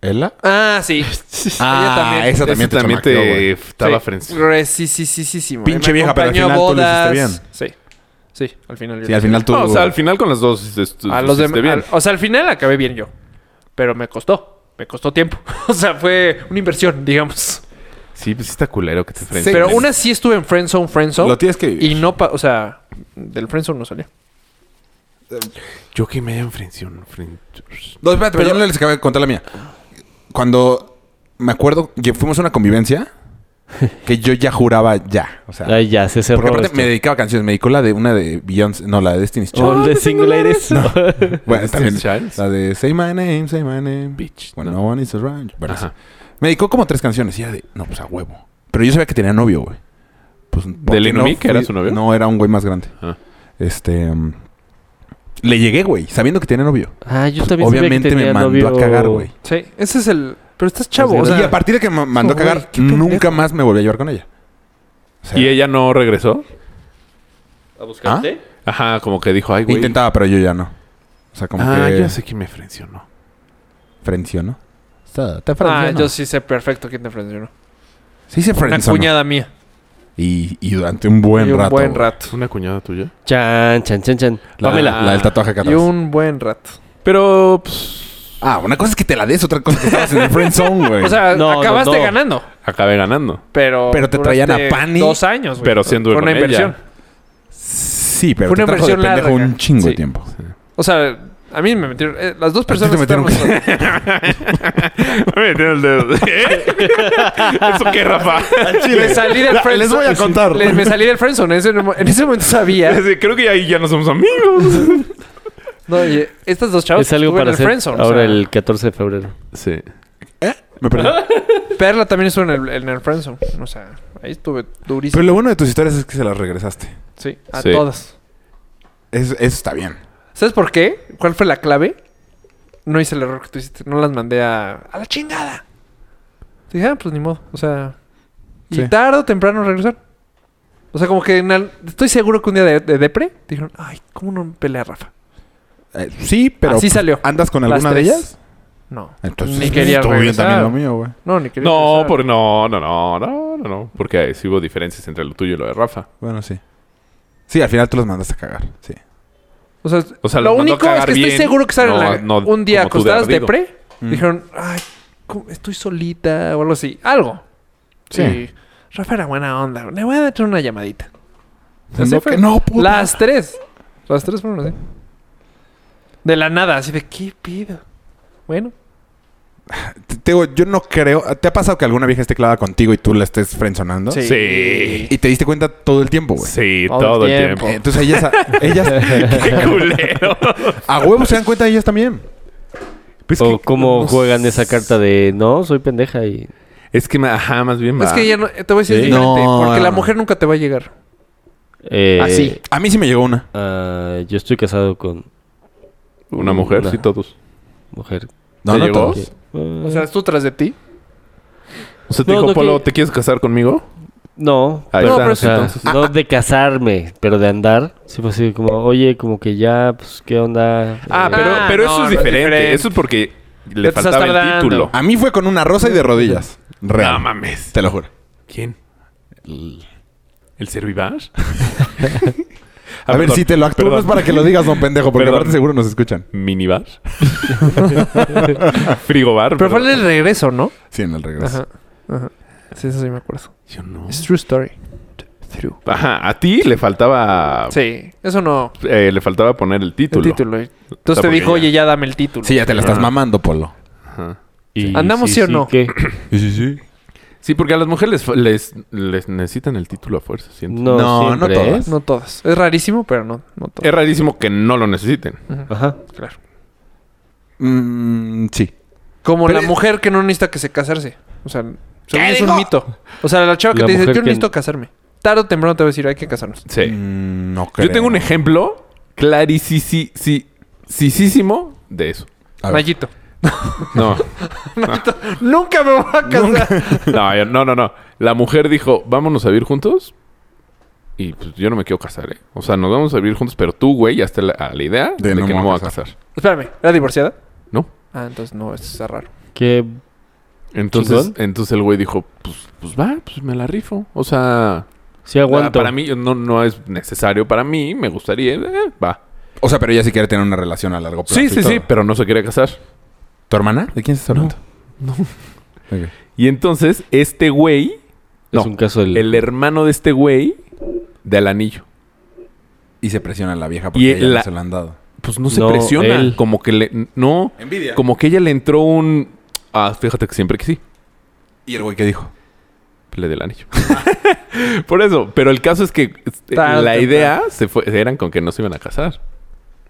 ¿Ella? Ah, sí. Ah, también. esa Ese también te, también chamaqueó, te güey. estaba sí. frenzi- Re- sí, sí, sí, sí, sí. Pinche Me vieja, pero al acompañó final tú lo hiciste Sí. Sí, al final. yo Sí, lo al final tú. No, o sea, al final con las dos. est- hice. est- A los estuviste dem- bien. al- o sea, al final acabé bien yo. Pero me costó. Me costó tiempo. O sea, fue una inversión, digamos. Sí, pues sí está culero que te Sí, frenciones. Pero pues. una sí estuve en Friendzone, Friendzone. Lo tienes que vivir. Y no, pa- o sea, del Friendzone no salió. Yo que me hayan frencionado. fren- No, espérate, pero yo no les acabé de contar la mía. Cuando me acuerdo que fuimos a una convivencia que yo ya juraba ya. O sea, Ay, ya, se cerró. porque aparte esto. me dedicaba a canciones. Me dedicó la de una de Beyoncé, no, la de Destiny's Child. All the singulares. Bueno, también. Childs. La de Say My Name, Say My Name. Bitch. Bueno, ¿no? no one is around. you. Bueno, Ajá. sí. Me dedicó como tres canciones. Y era de, no, pues a huevo. Pero yo sabía que tenía novio, güey. Pues, ¿por ¿Del qué Enemy, que era fui- su novio? No, era un güey más grande. Ah. Este. mm, le llegué, güey, sabiendo que tenía novio. Ah, yo también sabía que Obviamente me tenía mandó a novio- cagar, güey. Sí, ese es el. Pero estás chavo, Pues o sea, y a partir de que me mandó a güey, cagar, qué pendejo. nunca más me volví a llevar con ella. O sea, ¿Y ella no regresó? ¿A buscarte? ¿Ah? Ajá, como que dijo, ay, güey. intentaba, pero yo ya no. O sea, como ah, que. ya sé quién me frencionó. Frencionó. Está- Te ah, frencionó. yo sí sé perfecto quién te frencionó. Sí, se Una frencionó. cuñada mía. Y, y durante un buen y un rato. buen güey. rato. ¿Una cuñada tuya? Chan, chan, chan, chan. La, Pamela. la del tatuaje acá Y atrás. un buen rato. Pero, pues, Ah, una cosa es que te la des, otra cosa es que estabas en el friend zone, güey. O sea, No, no, acabaste no. ganando. acabé ganando. Pero. Pero te traían a duraste Pani. Dos años, güey. Pero siendo Fue una con ella. inversión. sí, pero fue te una trajo de versión pendejo larga. un chingo de Sí. tiempo. O sea, a mí me metieron. eh, las dos ti te personas. metieron estábamos- Me metieron el dedo. ¿Eh? ¿Eso qué, Rafa? Me salí del friendzone. Les voy a contar. Le- me salí del friendzone. En ese, mo- en ese momento sabía. Así, Creo que ahí ya no somos amigos. No, oye, estas dos chavas Es algo estuvieron para en el hacer friendzone, o ahora sea, el 14 de febrero. Sí. Me perdí. Perla también estuvo en el, en el friendzone. O sea, ahí estuve durísimo. Pero lo bueno de tus historias es que se las regresaste. Sí, a Sí. todas. Es- eso está bien. ¿Sabes por qué? ¿Cuál fue la clave? No hice el error que tú hiciste. No las mandé a, a la chingada. Dije, ah, pues ni modo. O sea, y Sí. tarde o temprano regresar. O sea, como que en al- estoy seguro que un día de, de depre dijeron, ay, ¿cómo no pelea a Rafa? Eh, sí, pero. Así salió. ¿Andas con Las alguna de tres. ellas? No. Entonces, pues, Ni quería estuvo bien regresar. también lo mío, güey. No, ni quería No, regresar. por, no, no, no, no, no, no. Porque sí hubo diferencias entre lo tuyo y lo de Rafa. Bueno, sí. Sí, al final tú las mandaste a cagar. Sí. O sea, O sea, lo los mandó único a es cagar que estoy bien, seguro que salen no- la- no un día como tú de acostadas de, ardido. pre. Mm. Dijeron, ay, ¿cómo estoy solita o algo así. Algo. Sí. Y Rafa era buena onda. Le voy a echar una llamadita. No, que no, puta. Las tres. Las tres fueron así. De la nada, así de, ¿qué pido? Bueno, Te- te digo, yo no creo. ¿Te ha pasado que alguna vieja esté clavada contigo y tú la estés frenzonando? Sí. Sí. Y te diste cuenta todo el tiempo, güey. Sí, Todo todo, el el tiempo. tiempo. Eh, Entonces ellas, a- ellas ¡Qué culero! a huevos se dan cuenta ellas también. Pues o que- cómo no juegan sé. esa carta de no, soy pendeja y. es que, me- ajá, más bien es va. que ya no, te voy a decir Sí. diferente. No. Porque la mujer nunca te va a llegar. eh, Así. A mí sí me llegó una. ah, yo estoy casado con Una mujer, Una. sí, todos. mujer. No, ¿Te no llegó? todos. que- O sea, tú tras de ti. O sea, te No, dijo, no, Polo, que- ¿te quieres casar conmigo? no, Ahí pero, está, o sea, entonces- no de casarme, pero de andar. Sí, pues así como, oye, como que ya, pues, ¿qué onda? Ah, Eh, pero, Ah, pero no, eso es no es diferente. diferente. Eso es porque te le estás faltaba el tardando. título. A mí fue con una rosa y de rodillas. Real. No mames. Te lo juro. ¿Quién? El, ¿El Servivar? A ver si te lo actúas actúas para que lo digas, don pendejo, porque Perdón. aparte seguro nos escuchan. ¿Minibar? ¿Frigobar? Pero fue en el regreso, ¿no? Sí, en el regreso. Ajá. Ajá. Sí, eso sí me acuerdo. Yo no. Es true story. True. Ajá, a ti le faltaba... Sí, eso no. eh, le faltaba poner el Ah, título. El título. eh. O sea, Entonces te porque dijo, ya- oye, ya dame el título. Sí, ya te la estás Ah. mamando, Polo. Ajá. y ¿Andamos sí o no? ¿qué? Sí, sí, sí. Sí, porque a las mujeres les, les, les necesitan el título a fuerza, siento. No, No, no siempre, todas. ¿eh? No todas. Es rarísimo, pero no, no Es todas. rarísimo que no lo necesiten. Ujú. Ajá. Claro. Mm, sí. Como Pero la es- mujer que no necesita que se casarse. O sea, según es dijo? un mito. O sea, la chava que La te dice, yo mujer no que- necesito casarme. Tarde o temprano te va a decir, hay que casarnos. Sí. Mm, no creo. Yo tengo un ejemplo clarísimo de eso. A ver. Mayito. No, Nunca me voy a casar. no, yo- no, no, no. La mujer dijo, vámonos a vivir juntos. Y pues yo no me quiero casar, ¿eh? O sea, nos vamos a vivir juntos, pero tú, güey, ya está la, a la idea De de, no que me no me voy a casar. Espérame, ¿era divorciada? No. Ah, entonces no, eso está raro. ¿Qué? Entonces, Chingón. entonces el güey dijo, pues, pues va, pues me la rifo. O sea, Sí aguanto. Ah, para mí no, no es necesario para mí, me gustaría, eh, va. O sea, pero ella sí quiere tener una relación a largo plazo. Sí, y sí, todo. sí, pero no se quería casar. ¿Tu hermana? ¿De quién estás hablando? No. Y entonces, este güey, Es no, un caso del... el hermano de este güey, del anillo. Y se presiona a la vieja Y porque ella la- no se la han dado. Pues no se No, presiona. él. Como que le. No. Envidia. Como que ella le entró un. Ah, fíjate que siempre que sí. ¿Y el güey qué dijo? Le del anillo. Por eso. Pero el caso es que este, Tarde, la tarde. idea se fue, eran con que no se iban a casar.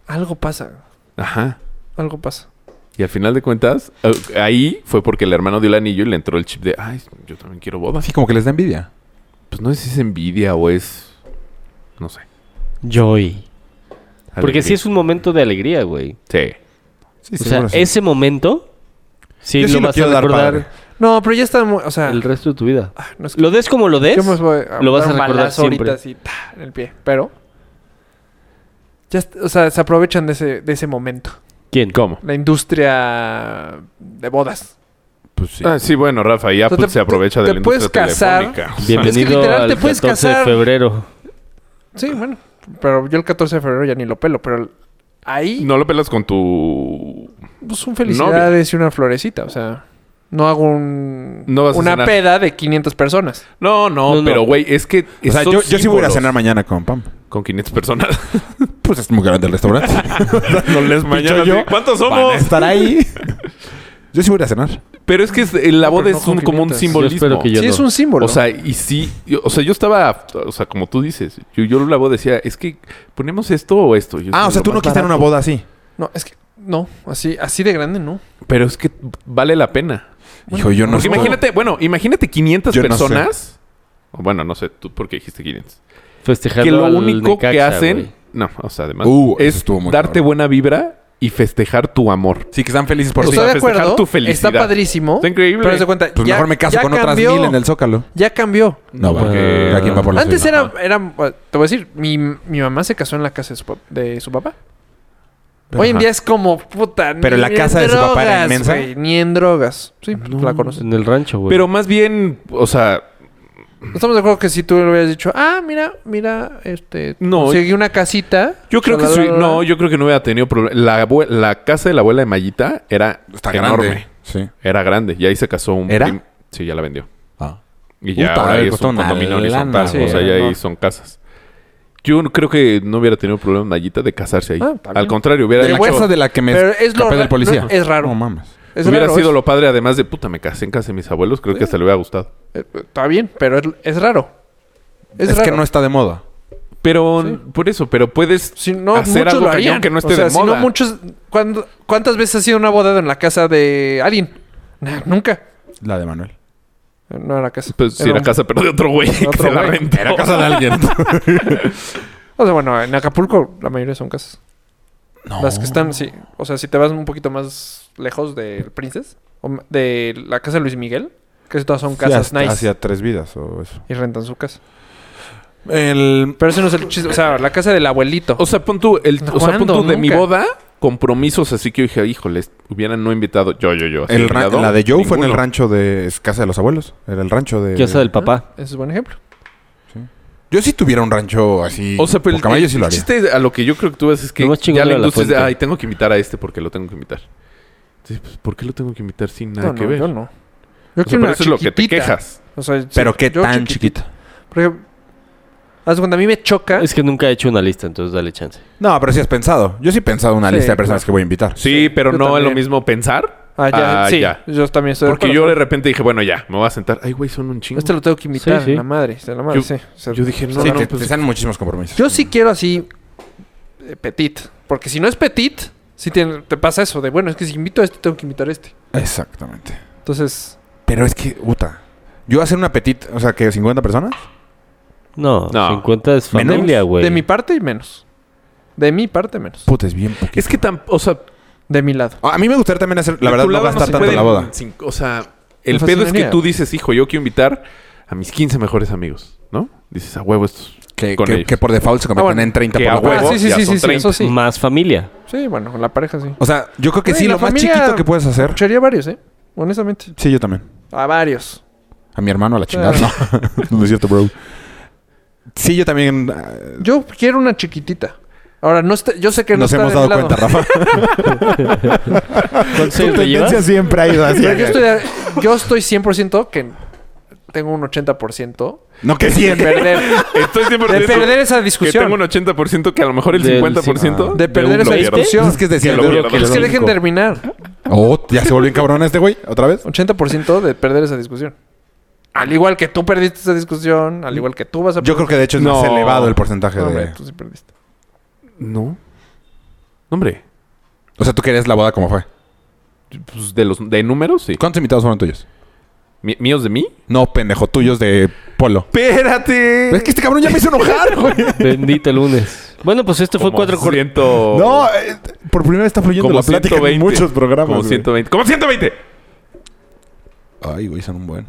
Algo pasa. Ajá. Algo pasa. Y al final de cuentas, eh, ahí fue porque el hermano dio el anillo y le entró el chip de, ay, yo también quiero boda. Así Ah, como que les da envidia. Pues no sé si es envidia o es... No sé. Joy. Porque Alegría. sí es un momento de alegría, güey. Sí. Sí, o sea, seguro Pues sí. ese momento sí Yo lo sí lo vas a quiero dar recordar padre. No, pero ya está muy. O sea, el resto de tu vida. ah, no es Lo des como lo des. Yo me voy a lo vas dar a un recordar balazo siempre. ahorita así, ta, en el pie. Pero. Ya, est- o sea, se aprovechan de ese, de ese momento. ¿Quién? ¿Cómo? La industria de bodas. Pues sí. Ah, sí, bueno, Rafa, ya O sea, pues, te- se aprovecha te- de te la puedes industria casar. telefónica. Bienvenido Es que literal al te puedes 14 casar. de febrero. Sí, bueno. Pero yo el 14 de febrero ya ni lo pelo, pero ahí No lo pelas con tu... pues un felicidades y una florecita, o sea, no hago un No vas a una cenar. peda de 500 personas. No, no, No, no. pero güey, es que... O sea, son yo, yo sí voy a ir a símbolos. cenar mañana con Pam. Con 500 personas. Pues es muy grande el restaurante. no les mañana. yo. así, ¿Cuántos Van somos? a estar ahí. Yo sí voy a ir a cenar. Pero es que es- la boda pero no es con un, como un 500. simbolismo. Yo espero que yo- sí, no. es un símbolo. O sea, y sí, yo- o sea, yo estaba, o sea, como tú dices, yo, yo lo decía, es que ponemos esto o esto. Yo Ah, sé, o sea, lo tú no más quisiste en una barato. boda así. no, es que no, así así de grande no. Pero es que vale la pena. Hijo, yo no Porque imagínate, bueno, imagínate 500 Yo no sé. personas. O Bueno, no sé, tú porque dijiste 500. Festejando Que lo al único que Necaxa, hacen, güey. no, o sea, además Uh, eso es estuvo muy darte cabrón. buena vibra y festejar tu amor. Sí, que están felices por ti. Estoy de festejar acuerdo. tu felicidad. Está padrísimo. Está increíble. Pero haz de cuenta, Pues ya- mejor me caso ya con cambió, otras mil en el Zócalo. Ya cambió. No, Porque- porque aquí va por la Antes suya. era, era, bueno, te voy a decir, mi, mi mamá se casó en la casa de su, pap- de su papá. Hoy en Ajá. día es como puta. ni Pero la en casa de su papá era drogas, inmensa. güey, ni en drogas. Sí, pues, la conoces. En el rancho, güey. Pero más bien, o sea, Estamos de acuerdo que si tú le hubieras dicho, ah, mira, mira, este. No. Seguí una casita. yo creo que la, la, soy- la, la, la. no, yo creo que no hubiera tenido problema. La, abue- la casa de la abuela de Mayita era Está enorme. grande. Sí. Era grande. Y ahí se casó un... ¿Era? prim- Sí, ya la vendió. Ah. Y ya Puta, ahora le ahí es costó un una condominio lana, horizontal. güey. o sea, ya Sí, ahí no. son casas. Yo no- creo que no hubiera tenido problema Nayita de casarse ahí. Ah, está Al bien. contrario, hubiera, De la dicho- casa de la que me Pero es lo escapé ra- del policía. no, es raro. No mames. Es hubiera raro sido eso. lo padre, además de puta, me casé en casa de mis abuelos. Creo que hasta le hubiera gustado. Eh, Está bien, pero es, es raro. Es, Es, que raro. no está de moda. Pero por eso, pero puedes Si no, hacer muchos algo lo cañón harían. que no esté o sea, de si moda. no, muchos. ¿cuándo- ¿Cuántas veces has sido una boda en la casa de alguien? Nah, nunca. La de Manuel. No era casa. Pues si Era era un- casa, pero de otro güey. que otro se la güey. rentó. Era casa de alguien. O sea, bueno, en Acapulco la mayoría son casas. no. Las que están, sí. O sea, si te vas un poquito más lejos del Princess, o m- de la casa de Luis Miguel, casi todas son Sí, casas hasta- nice Hacía tres vidas o eso. y rentan su casa. El... Pero ese no es el chiste. O sea, la casa del abuelito. O sea, pon tú, el, o sea, pon ¿Cuándo? tú de mi Nunca. boda, compromisos así que yo dije, híjole, hubieran no invitado yo, yo, yo. así, el ra- invitado, la de Joe fue en el ninguno. rancho de... Es casa de los abuelos. Era el rancho de... Casa del papá. Ese es buen ejemplo. Yo si tuviera un rancho así... O sea, pero Poca madre, yo sí lo el haría. chiste a lo que yo creo que tú ves es que Lo más chingón ya la era la industria es de, fuente. ay, tengo que invitar a este porque lo tengo que invitar. Entonces, pues, ¿por qué lo tengo que invitar sin nada No, que no, ver? yo no. Yo O sea, quiero pero una eso es lo que te chiquitita. quejas. O sea, sí, Pero qué yo tan chiquitita. chiquita. Por ejemplo, haz de cuenta, a mí me choca. Es que nunca he hecho una lista, entonces dale chance. No, pero sí has pensado. Yo sí he pensado una Sí, lista de personas que voy a invitar. Sí, pero yo no es lo también. mismo pensar. Ah, ya. Ah, sí, ya. yo también estoy de Porque yo acuerdo. de repente dije, bueno, ya, me voy a sentar. Ay, güey, son un chingo. Este lo tengo que invitar. Sí, sí. La madre. de La madre, Yo- sí. O sea, Yo dije, no, Sí, no, te, pues, te salen muchísimos compromisos. Yo sí quiero así eh, petit. Porque si no es petit, sí tiene- te, pasa eso de bueno, es que si invito a este, tengo que invitar a este. Exactamente. Entonces, Pero es que, puta. Yo hacer una petit, o sea, que 50 personas. No, No. 50 es Menos. familia, güey. de mi parte, menos. De mi parte, menos. Puta, es bien poquito. es que tan, o sea, De mi lado. A mí me gustaría también hacer... de La verdad, tu no lado gastar se tanto en pueden la boda. sin- o sea, Me el pedo es que fascinaría. tú dices, hijo, yo quiero invitar a mis 15 mejores amigos, ¿no? Dices, a huevo estos. Que, con que- ellos. que por default se convierten Ah, bueno. en 30 Que por a lo menos. huevo. Ah, sí, sí, ya sí, son sí, sí, eso sí. Más familia. Sí, bueno, con la pareja sí. O sea, yo creo que Güey, sí, la lo más familia- chiquito que puedes hacer. Escucharía varios, ¿eh? Honestamente. Sí, yo también. A varios. A mi hermano a la chingada. No, no es cierto, bro. Sí, yo también. eh, Yo quiero una chiquitita. Ahora, no está- yo sé que no nos está hemos de mi dado lado. cuenta, Rafa. ¿Cuántos Tu años le tendencia llevas? siempre ha ido así. Pero yo estoy, yo estoy 100% que tengo un 80% No, que de siempre. perder, Estoy de 100% perder esa que discusión. tengo un 80% que a lo mejor el Del ah. 50% De perder un esa lo pierdo. discusión. Es que es decir, Que lo pierdo. Es que Cinco. dejen terminar. Oh, ya se volvió un cabrón este güey. ¿Otra vez? 80% de perder esa discusión. Al igual que tú perdiste esa discusión, al igual que tú vas a Yo creo que de hecho es más No. elevado el porcentaje No, hombre, de. tú sí perdiste. No. Hombre, O sea, tú querías la boda como fue. pues de los de números, sí. ¿Cuántos invitados fueron tuyos? Mi- ¿Míos de mí? No, pendejo, tuyos de polo. ¡Espérate! Es que este cabrón ya me hizo enojar, güey. Bendito lunes. Bueno, pues esto fue Como cuatro cor- 100 No, eh, por primera vez está fluyendo Como la plática 120. en muchos programas. Como güey. 120. ¡Como 120! Ay, güey, son un buen.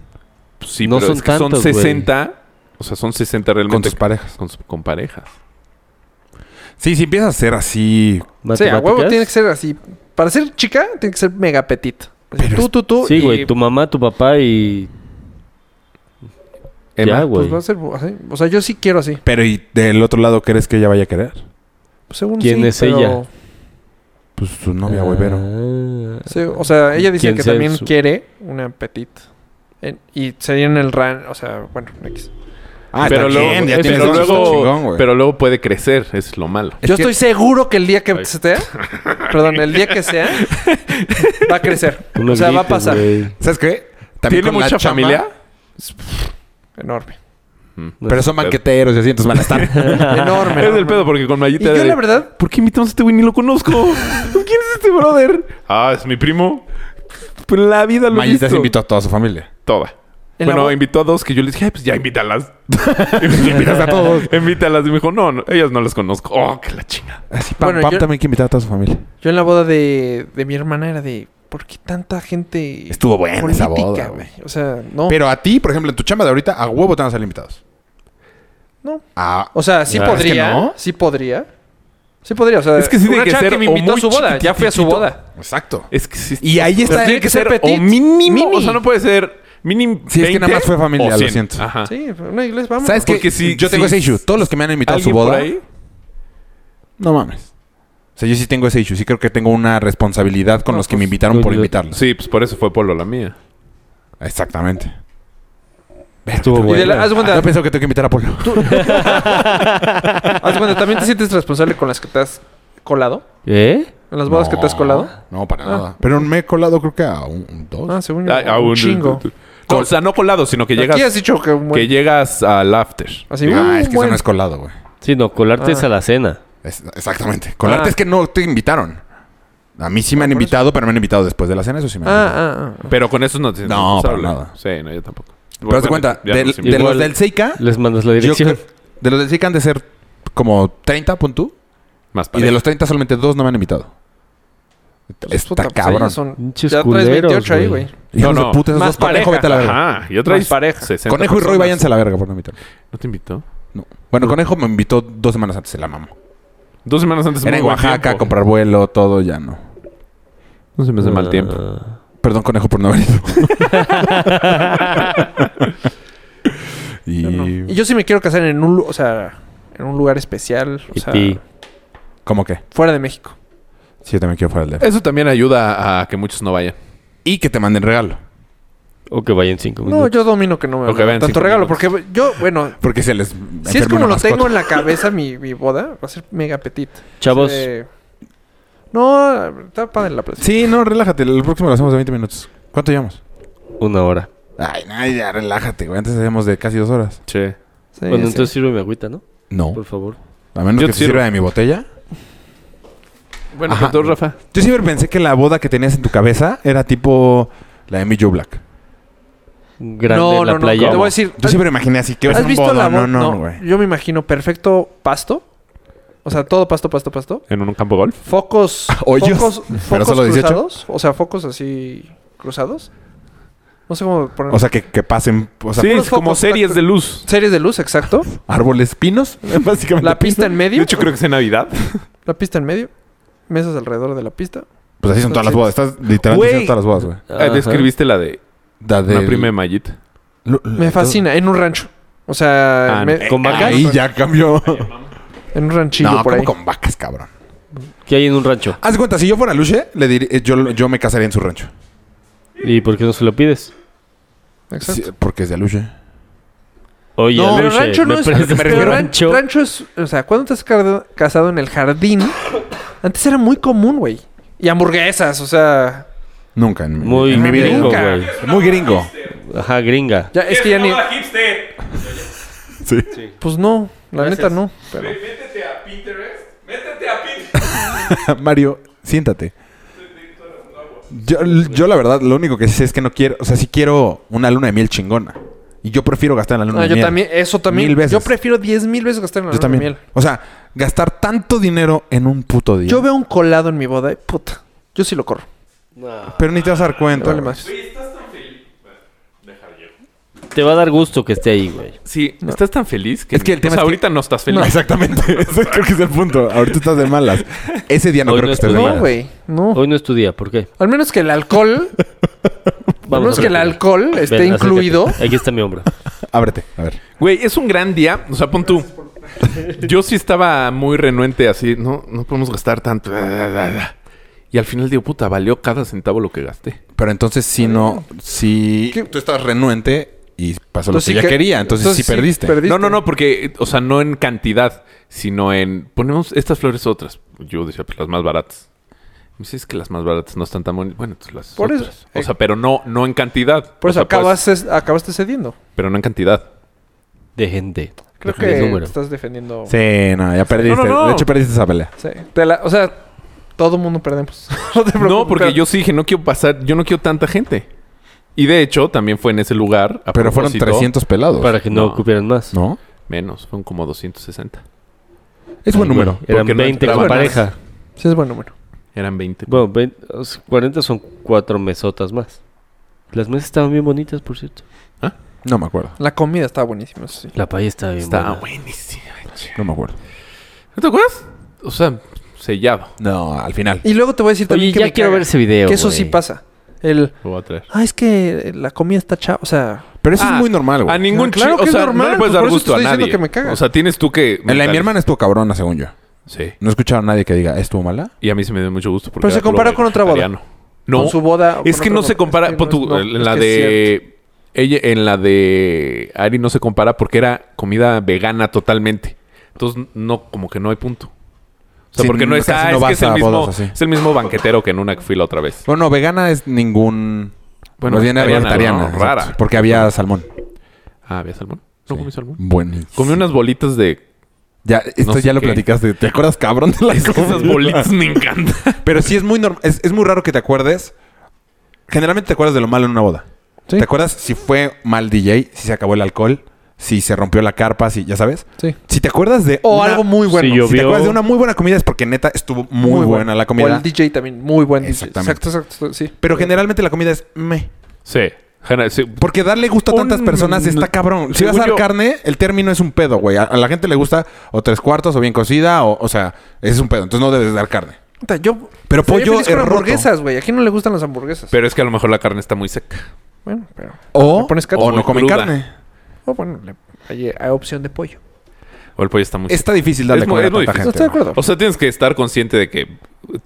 Pues sí, No pero son es que tantos, son güey. 60. O sea, son 60 realmente. Con tus parejas. con, su- con parejas. Sí, si empiezas a ser así. Sí, a matemáticas. huevo tiene que ser así. Para ser chica, tiene que ser mega petit. Así, Pero tú, es- tú, tú. Sí, y, güey, tu mamá, tu papá y... ya, güey. Pues va a ser así. O sea, yo sí quiero así. Pero ¿y del otro lado crees que ella vaya a querer? Pues Según ¿Quién sí, es pero- ella? Pues su novia, güey, pero. Ah. Sí, o sea, ella dice ¿Quién que sea también su- quiere una petit. En- y sería en el ran, o sea, bueno, X. Ah, pero luego, ya eh, tienes pero, dos, está luego chingón, güey. pero luego puede crecer, es lo malo. Es Yo que- estoy seguro que el día que sea, perdón, el día que sea, va a crecer. Tú no o sea, va a grites, pasar. güey. ¿Sabes qué? ¿Tiene con la mucha chamba, familia? Enorme. Pero son Pues, banqueteros y así, entonces van a estar. Enorme. es enorme. el pedo porque con Y Mayita... yo, de- la verdad, ¿Por qué invitamos a este güey? Ni lo conozco. ¿Quién es este brother? Ah, es mi primo. Pero en la vida lo he Mayita visto. se invitó a toda su familia. Toda. En la bueno, bo- invitó a dos que yo le dije, ay, pues ya invítalas. Invitas a todos. invítalas. Y me dijo, no, no, ellas no las conozco. Oh, que la chinga. Así, Pam, Bueno, Pam yo- también hay que invitar a toda su familia. yo en la boda de, de mi hermana era de, ¿por qué tanta gente Estuvo buena esa boda, política, güey. O sea, no. Pero a ti, por ejemplo, en tu chamba de ahorita, a huevo te van a salir invitados. No. Ah, o sea, sí Ah, podría. ¿es que no? Sí podría. Sí podría, o sea, Es que sí tiene una que chava ser que me o invitó a muy su boda, ya fui a su boda. exacto. Es que sí. Y ahí Pero está. tiene que ser, petit. o mínimo. Mini. O sea, no puede ser mínimo. Sí, es que nada más fue familia, lo siento. Ajá. Sí, una iglesia, vamos. ¿Sabes qué? Porque sí, yo tengo sí. ese issue. Todos los que me han invitado a su ¿Alguien por boda. ahí? No mames. O sea, yo sí tengo ese issue. Sí creo que tengo una responsabilidad con No, los que me pues, invitaron tú por lo- invitarlos. Sí, pues por eso fue Polo la mía. Exactamente. Estuvo Y de bueno. la- haz de cuenta, Ah, Yo pensé que tengo que invitar a Polo. haz de cuenta, también te sientes responsable con las que te has colado. ¿Eh? En las bodas que te has colado. No, para nada. Pero me he colado creo que a un, un dos. Ah, según yo. Ay, a un, un- chingo. Col- o sea, no colado, sino que Aquí has llegas, dicho que, un buen- que llegas al after. Así, ah, un es que eso buen. no es colado, güey. Sí, no, colarte Ah. es a la cena. Es- exactamente. Colarte Ah. es que no te invitaron. A mí sí me han invitado, pero me han invitado después de la cena. Eso sí me han invitado. Ah, ah, ah. Pero con eso no te No, para habla. nada. Sí, no, yo tampoco. Pero haz de cuenta, Ya pues, del- nos de invitó. los Igual- del Seika, Les mandas la yo dirección. creo- de los del Seika han de ser como 30, pon tú. Más Y de pareja. los 30 solamente dos no me han invitado. Está Puta, pues, cabrón. ellos son- Pinches Ya traes culeros, 28 ahí, güey. güey. Hijos No, de no. puta, esos Más dos pareja. conejo, vete a la verga. Ajá, y otra Más pareja. Conejo y Roy, váyanse a la verga por no invitarme. ¿No te invitó? No. Bueno, Conejo me invitó dos semanas antes, se la mamó. Dos semanas antes. Era muy en buen Oaxaca, tiempo. comprar vuelo, todo, ya no. No se me hace mal Ah. tiempo. Perdón, Conejo, por no haber ido. y... Y yo sí me quiero casar en un, lu- o sea, en un lugar especial, o Y sea, ti. ¿Cómo qué? fuera de México. Sí, yo también quiero fuera del DF. Eso también ayuda a que muchos no vayan. Y que te manden regalo. O que vayan cinco No, minutos. yo domino que no me Ok, van a dar ven, tanto cinco regalo, minutos. porque yo, bueno, Porque se les... si es enferma como una lo tengo mascota. en la cabeza mi, mi boda, va a ser mega petit. Chavos, Eh, no, está padre la plaza. Sí, no, relájate. El próximo lo hacemos de 20 minutos. ¿Cuánto llevamos? una hora. Ay, no, ya relájate, güey. Antes hacíamos de casi dos horas. Pues, Che. Sí, bueno, sí. entonces sirve mi agüita, ¿no? No. Por favor. A menos Yo te que se sirvo. sirva de mi botella. Bueno, Ajá. ¿tú, Rafa? Yo siempre pensé que la boda que tenías en tu cabeza era tipo la de mi Joe Black. Un Grande no, en la no, playa. no, te voy a decir, Yo siempre imaginé así que iba a ¿has ser un visto la boda. boda? No, no, güey. yo me imagino perfecto pasto. O sea, todo pasto, pasto, pasto. ¿En un campo golf? Focos. Hoyos. Focos, Pero focos solo 18. cruzados. O sea, focos así cruzados. No sé cómo ponerlo. O sea, que, que pasen, o sea, sí, puros es como focos, series exacto. de luz. Series de luz, exacto. árboles pinos, básicamente. La pista en medio. De hecho, creo que es en Navidad. La pista en medio. Mesas alrededor de la pista. Pues así son todas las bodas. Estás literalmente Güey. diciendo todas las bodas, güey. eh, Ah, Describiste la de La de... la prima de Mayita. Lo- Me fascina. En un rancho. O sea, Ah, me- ¿Con vacas? Ahí ya cambió. en un ranchillo No, por como ahí. con vacas, cabrón. ¿Qué hay en un rancho? Haz de cuenta, si yo fuera Luche, le diría- eh, yo, yo me casaría en su rancho. ¿Y por qué no se lo pides? Exacto. Sí, porque es de Luche. Oye, No, pero Luche, rancho no ¿me es. prestas pero tu ran- rancho? rancho? es. O sea, cuando te has car- casado en el jardín? Antes era muy común, güey. Y hamburguesas, o sea. Nunca en mi, Muy en mi vida. gringo, Nunca. güey. Muy gringo. Ajá, gringa. Ya, es que ya ni. hipster! Sí. Pues no, la Gracias. neta no. Pero... Métete a Pinterest. Métete a Pinterest. Mario, siéntate. Yo, yo la verdad, lo único que sé es que no quiero, o sea, sí quiero una luna de miel chingona. Y yo prefiero gastar en la luna No, de Ah, yo miel. también, eso también. Mil veces. Yo prefiero 10 mil veces gastar en la Yo luna de también. miel. O sea, gastar tanto dinero en un puto día. Yo veo un colado en mi boda, eh, puta. Yo sí lo corro. Pero ni te vas a dar Me cuenta. vale güey. más. Te va a dar gusto que esté ahí, güey. Sí, estás tan feliz que. Es que el o tema sea, es que- ahorita no estás feliz. No, exactamente. Ese creo que es el punto. Ahorita estás de malas. Ese día no Hoy creo no que estés estuvo. de No, malas. güey. No. Hoy no es tu día, ¿por qué? Al menos que el alcohol. al menos a que el ver. alcohol Ven, esté acércate. incluido. Aquí está mi hombro. Ábrete, a ver. Güey, es un gran día. O sea, pon tú. Yo sí estaba muy renuente así. No, no podemos gastar tanto. Y al final digo, puta, valió cada centavo lo que gasté. Pero entonces si no, si ¿Qué? tú estás renuente y pasó lo Entonces que sí ya que- quería, entonces, entonces sí sí perdiste. perdí. No, no, no, porque, o sea, no en cantidad, sino en ponemos estas flores otras. Yo decía, pues las más baratas. Me dice, es que las más baratas no están tan bonitas. Bueno, pues las Por eso. eh. otras. O sea, pero no, no en cantidad. Por O eso sea, puedes- acabas, acabaste cediendo. pero no en cantidad. De gente. Creo De gente de que te número. estás defendiendo. Sí, no, ya perdiste. No, no, no. De hecho, perdiste esa pelea. Sí. Te la- o sea, todo mundo perdemos. no, te preocupes, No, porque pero- yo sí dije, no quiero pasar, yo no quiero tanta gente. Y de hecho, también fue en ese lugar. a Pero fueron propósito, 300 pelados. Para que no, No. ocupieran más. ¿No? Menos, fueron como 260. Es buen Ay, güey, número. Eran Porque no 20 entraban con más. pareja. Sí, es buen número. Eran 20. Bueno, 20 o sea, 40 son cuatro mesotas más. Las mesas estaban bien bonitas, por cierto. No me acuerdo. La comida estaba buenísima, eso sí. La paella estaba bien Estaba buena. buenísimo. che. No me acuerdo. ¿No te acuerdas? O sea, sellado. No, al final. Y luego te voy a decir también Oye, que ya me quiero caga, ver ese video, Que eso sí güey. pasa. El, Lo voy a traer. ah, es que la comida está chava. O sea, Pero eso Ah, es muy normal, A güey. ningún Claro que chico, o es sea, no normal, le puedes pues dar por eso te gusto a estoy diciendo nadie. que me caga. O sea, tienes tú que... La de mi hermana estuvo cabrona, según yo. Sí. No he escuchado a nadie que diga, ¿estuvo mala? Y a mí se me dio mucho gusto porque... Pero se era puro compara con otra boda. vegetariano. No. con su boda. Ah, es que no se compara... pon tú, en la de... Ella, en la de Ari no se compara porque era comida vegana totalmente. Entonces, no, como que no hay punto. O sea, Sí, porque no es... casi ah, no es que es vas el, a mismo, bodas así. es el mismo banquetero que en una que fui la otra vez. Bueno, vegana es ningún... Bueno, Bueno, viene vegetariana, vegetariana. no, exacto. rara. Porque había salmón. Ah, ¿había salmón? No Sí. comí salmón. Buenísimo. Comí unas bolitas de... Ya, esto no sé ya lo qué. platicaste. ¿Te acuerdas, cabrón, de las cosas? Esas bolitas me encantan. Pero sí es muy normal. Es, es muy raro que te acuerdes. Generalmente te acuerdas de lo malo en una boda. Sí. ¿Te acuerdas si fue mal DJ, si se acabó el alcohol, si se rompió la carpa, si ya sabes? Sí. Si te acuerdas de O una- algo muy bueno. Sí, yo- Si te Llovió. acuerdas de una muy buena comida es porque neta estuvo muy, buena, bueno. la O comida. el DJ también, muy buen DJ. Exactamente. Exacto, exacto, sí. Eh, Pero generalmente la comida es meh. Sí. Gena- sí. Porque darle gusto a tantas Un- personas está cabrón. Si vas Según a dar yo- carne, el término es un pedo, güey. A, a la gente le gusta o tres cuartos o bien cocida o, o sea, ese es un pedo. Entonces no debes dar carne. Puta, Yo. Pero estaría pollo feliz con es roto. hamburguesas, güey. ¿A quién no le gustan las hamburguesas? Pero es que a lo mejor la carne está muy seca. bueno, pero. O, Le pones carne. o no Muy comen cruda. carne. oh, bueno, le- hay, hay opción de pollo. O el pollo está muy seco. Está difícil darle Es muy- comer a es muy tanta difícil. gente. No Pues estoy de güey. acuerdo. O sea, tienes que estar consciente de que...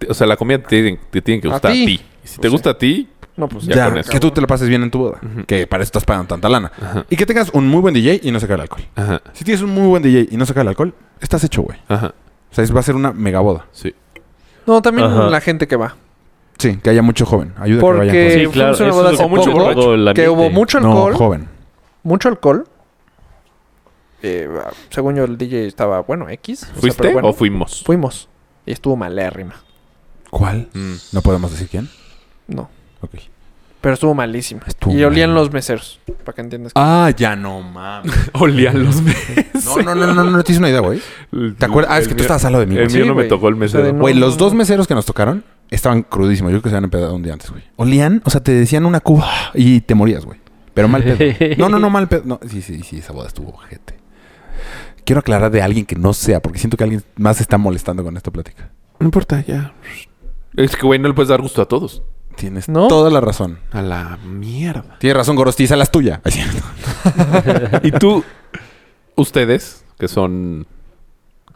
O sea, la comida te, tiene- te tiene que A gustar a ti. ti. Y si te gusta a ti... no, pues Ya Ya, con eso. que tú te la pases bien en tu boda. Que para eso estás pagando tanta lana. Y que tengas un muy buen DJ y no se cae el alcohol. Ajá. Si tienes un muy buen DJ y no se cae el alcohol, estás hecho, güey. Ajá. O sea, es- va a ser una mega boda. Sí. No, también Ajá. la gente que va. Sí, que haya mucho joven. Ayuda a que Porque- vayan Eh, Sí, fuimos a una claro. boda eso es lo hace que poco, pone todo el Que ambiente. hubo mucho jóvenes. alcohol. No, joven. Mucho alcohol. Eh, ah, según yo, el DJ estaba, bueno, X. O sea, ¿Fuiste pero bueno, o fuimos? Fuimos. Y estuvo malérrima. ¿Cuál? Mm. No podemos decir quién. No. Ok. Pero estuvo malísima. Estuvo y olían mal. los meseros. Para que entiendas. que- Ah, ya no mames. Olían los meses. No, no, no, no, no, no te hice una idea, güey. ¿Te acuerdas? Ah, es que tú estabas al lado de mí. El güey. Sí, mío no me güey. tocó el O sea, mesero. de no- Güey, los dos meseros que nos tocaron estaban crudísimos. Yo creo que se habían empedado un día antes, güey. Olían, o sea, te decían una cuba y te morías, güey. Pero mal pedo. No, no, no, mal pedo. No, sí, sí, sí, esa boda estuvo ojete. Quiero aclarar de alguien que no sea, porque siento que alguien más se está molestando con esta plática. No importa, ya. Es que, güey, no le puedes dar gusto a todos. Tienes ¿No? toda la razón. A la mierda. Tienes razón, Gorostiza, las tuyas. Así. Y tú, ustedes, que son...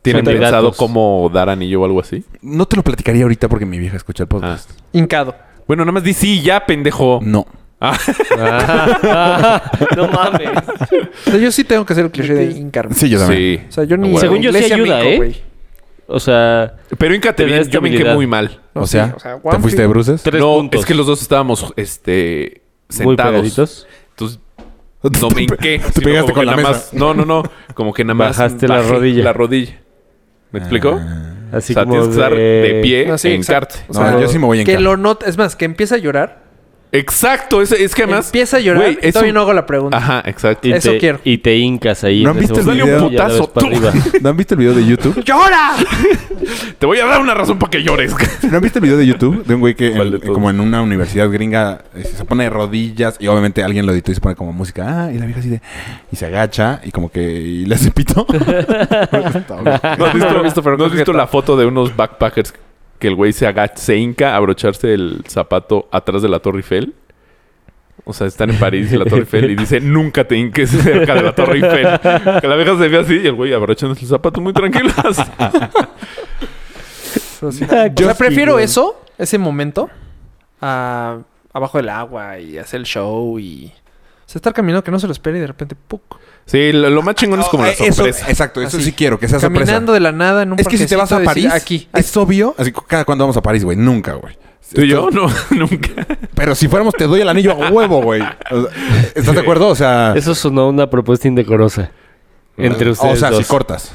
¿Tienen de pensado gatos. cómo dar anillo o algo así? Ah. No te lo platicaría ahorita porque mi vieja escucha el podcast. Hincado. Bueno, nada más di sí, ya, pendejo. No. Ah. no mames. O sea, yo sí tengo que hacer el cliché de hincarme. Sí, yo Ah, también. Sí. O sea, yo ni... Bueno. Según yo sí iglesia me ayuda, hinco, ¿eh? güey. O sea, Pero híncate Te da bien, yo me hinqué estabilidad. muy mal. No, o, sí, sea, one ¿te fuiste de fin- bruces? tres no, puntos. es que los dos estábamos este muy sentados. pegaditos. Entonces No me hinqué. sino como pegaste con que la nada mesa. más- no, no, no. Como que nada más. Bajaste la bajé rodilla. La rodilla. ¿Me explico? Ah. Así o sea, como tienes que estar de pie No, Ah, sí, en exacto. encarte. O No, sea, yo sí me voy a Que encargar. lo note, es más, que empieza a llorar. Exacto, es, es que además. empieza a llorar güey, y es todavía un- no hago la pregunta. Ajá, exacto. Y Eso te, quiero. Y te hincas ahí. ¿No en han ese visto el momento video? y ya la ves Putazo, para tú. arriba. ¿No han visto el video de YouTube? ¡Llora! Te voy a dar una razón para que llores. ¿No han visto el video de YouTube de un güey que en- ¿Cuál de todos? como en una universidad gringa eh, se pone de rodillas y obviamente alguien lo editó y se pone como música ah, y la vieja así de y se agacha y como que y le hace pito. Está ¿No has No visto, lo he visto, pero ¿no has creo que visto está. la foto de unos backpackers que el güey se agacha, se hinca a abrocharse el zapato atrás de la Torre Eiffel? O sea, están en París y la Torre Eiffel y dice, nunca te hinques cerca de la Torre Eiffel. Que la vieja se ve así y el güey abrochándose el zapato muy tranquilo. o sea, prefiero eso, ese momento, a abajo del agua y hacer el show y. O sea, estar caminando que no se lo espere y de repente, ¡puc! sí, lo, lo más chingón es como la Eh, Eso- sorpresa. exacto, eso Así. sí quiero, que sea sorpresa. Caminando de la nada en un Es que si te vas a parquecito, decir, aquí. París, es obvio. Así que cada cuando vamos a París, güey, nunca, güey. ¿Tú y yo? Esto- No, nunca. Pero si fuéramos, te doy el anillo a huevo, güey. O sea, ¿Estás de acuerdo? O sea, Eso sonó una propuesta indecorosa. Entre ustedes o sea, dos. si cortas.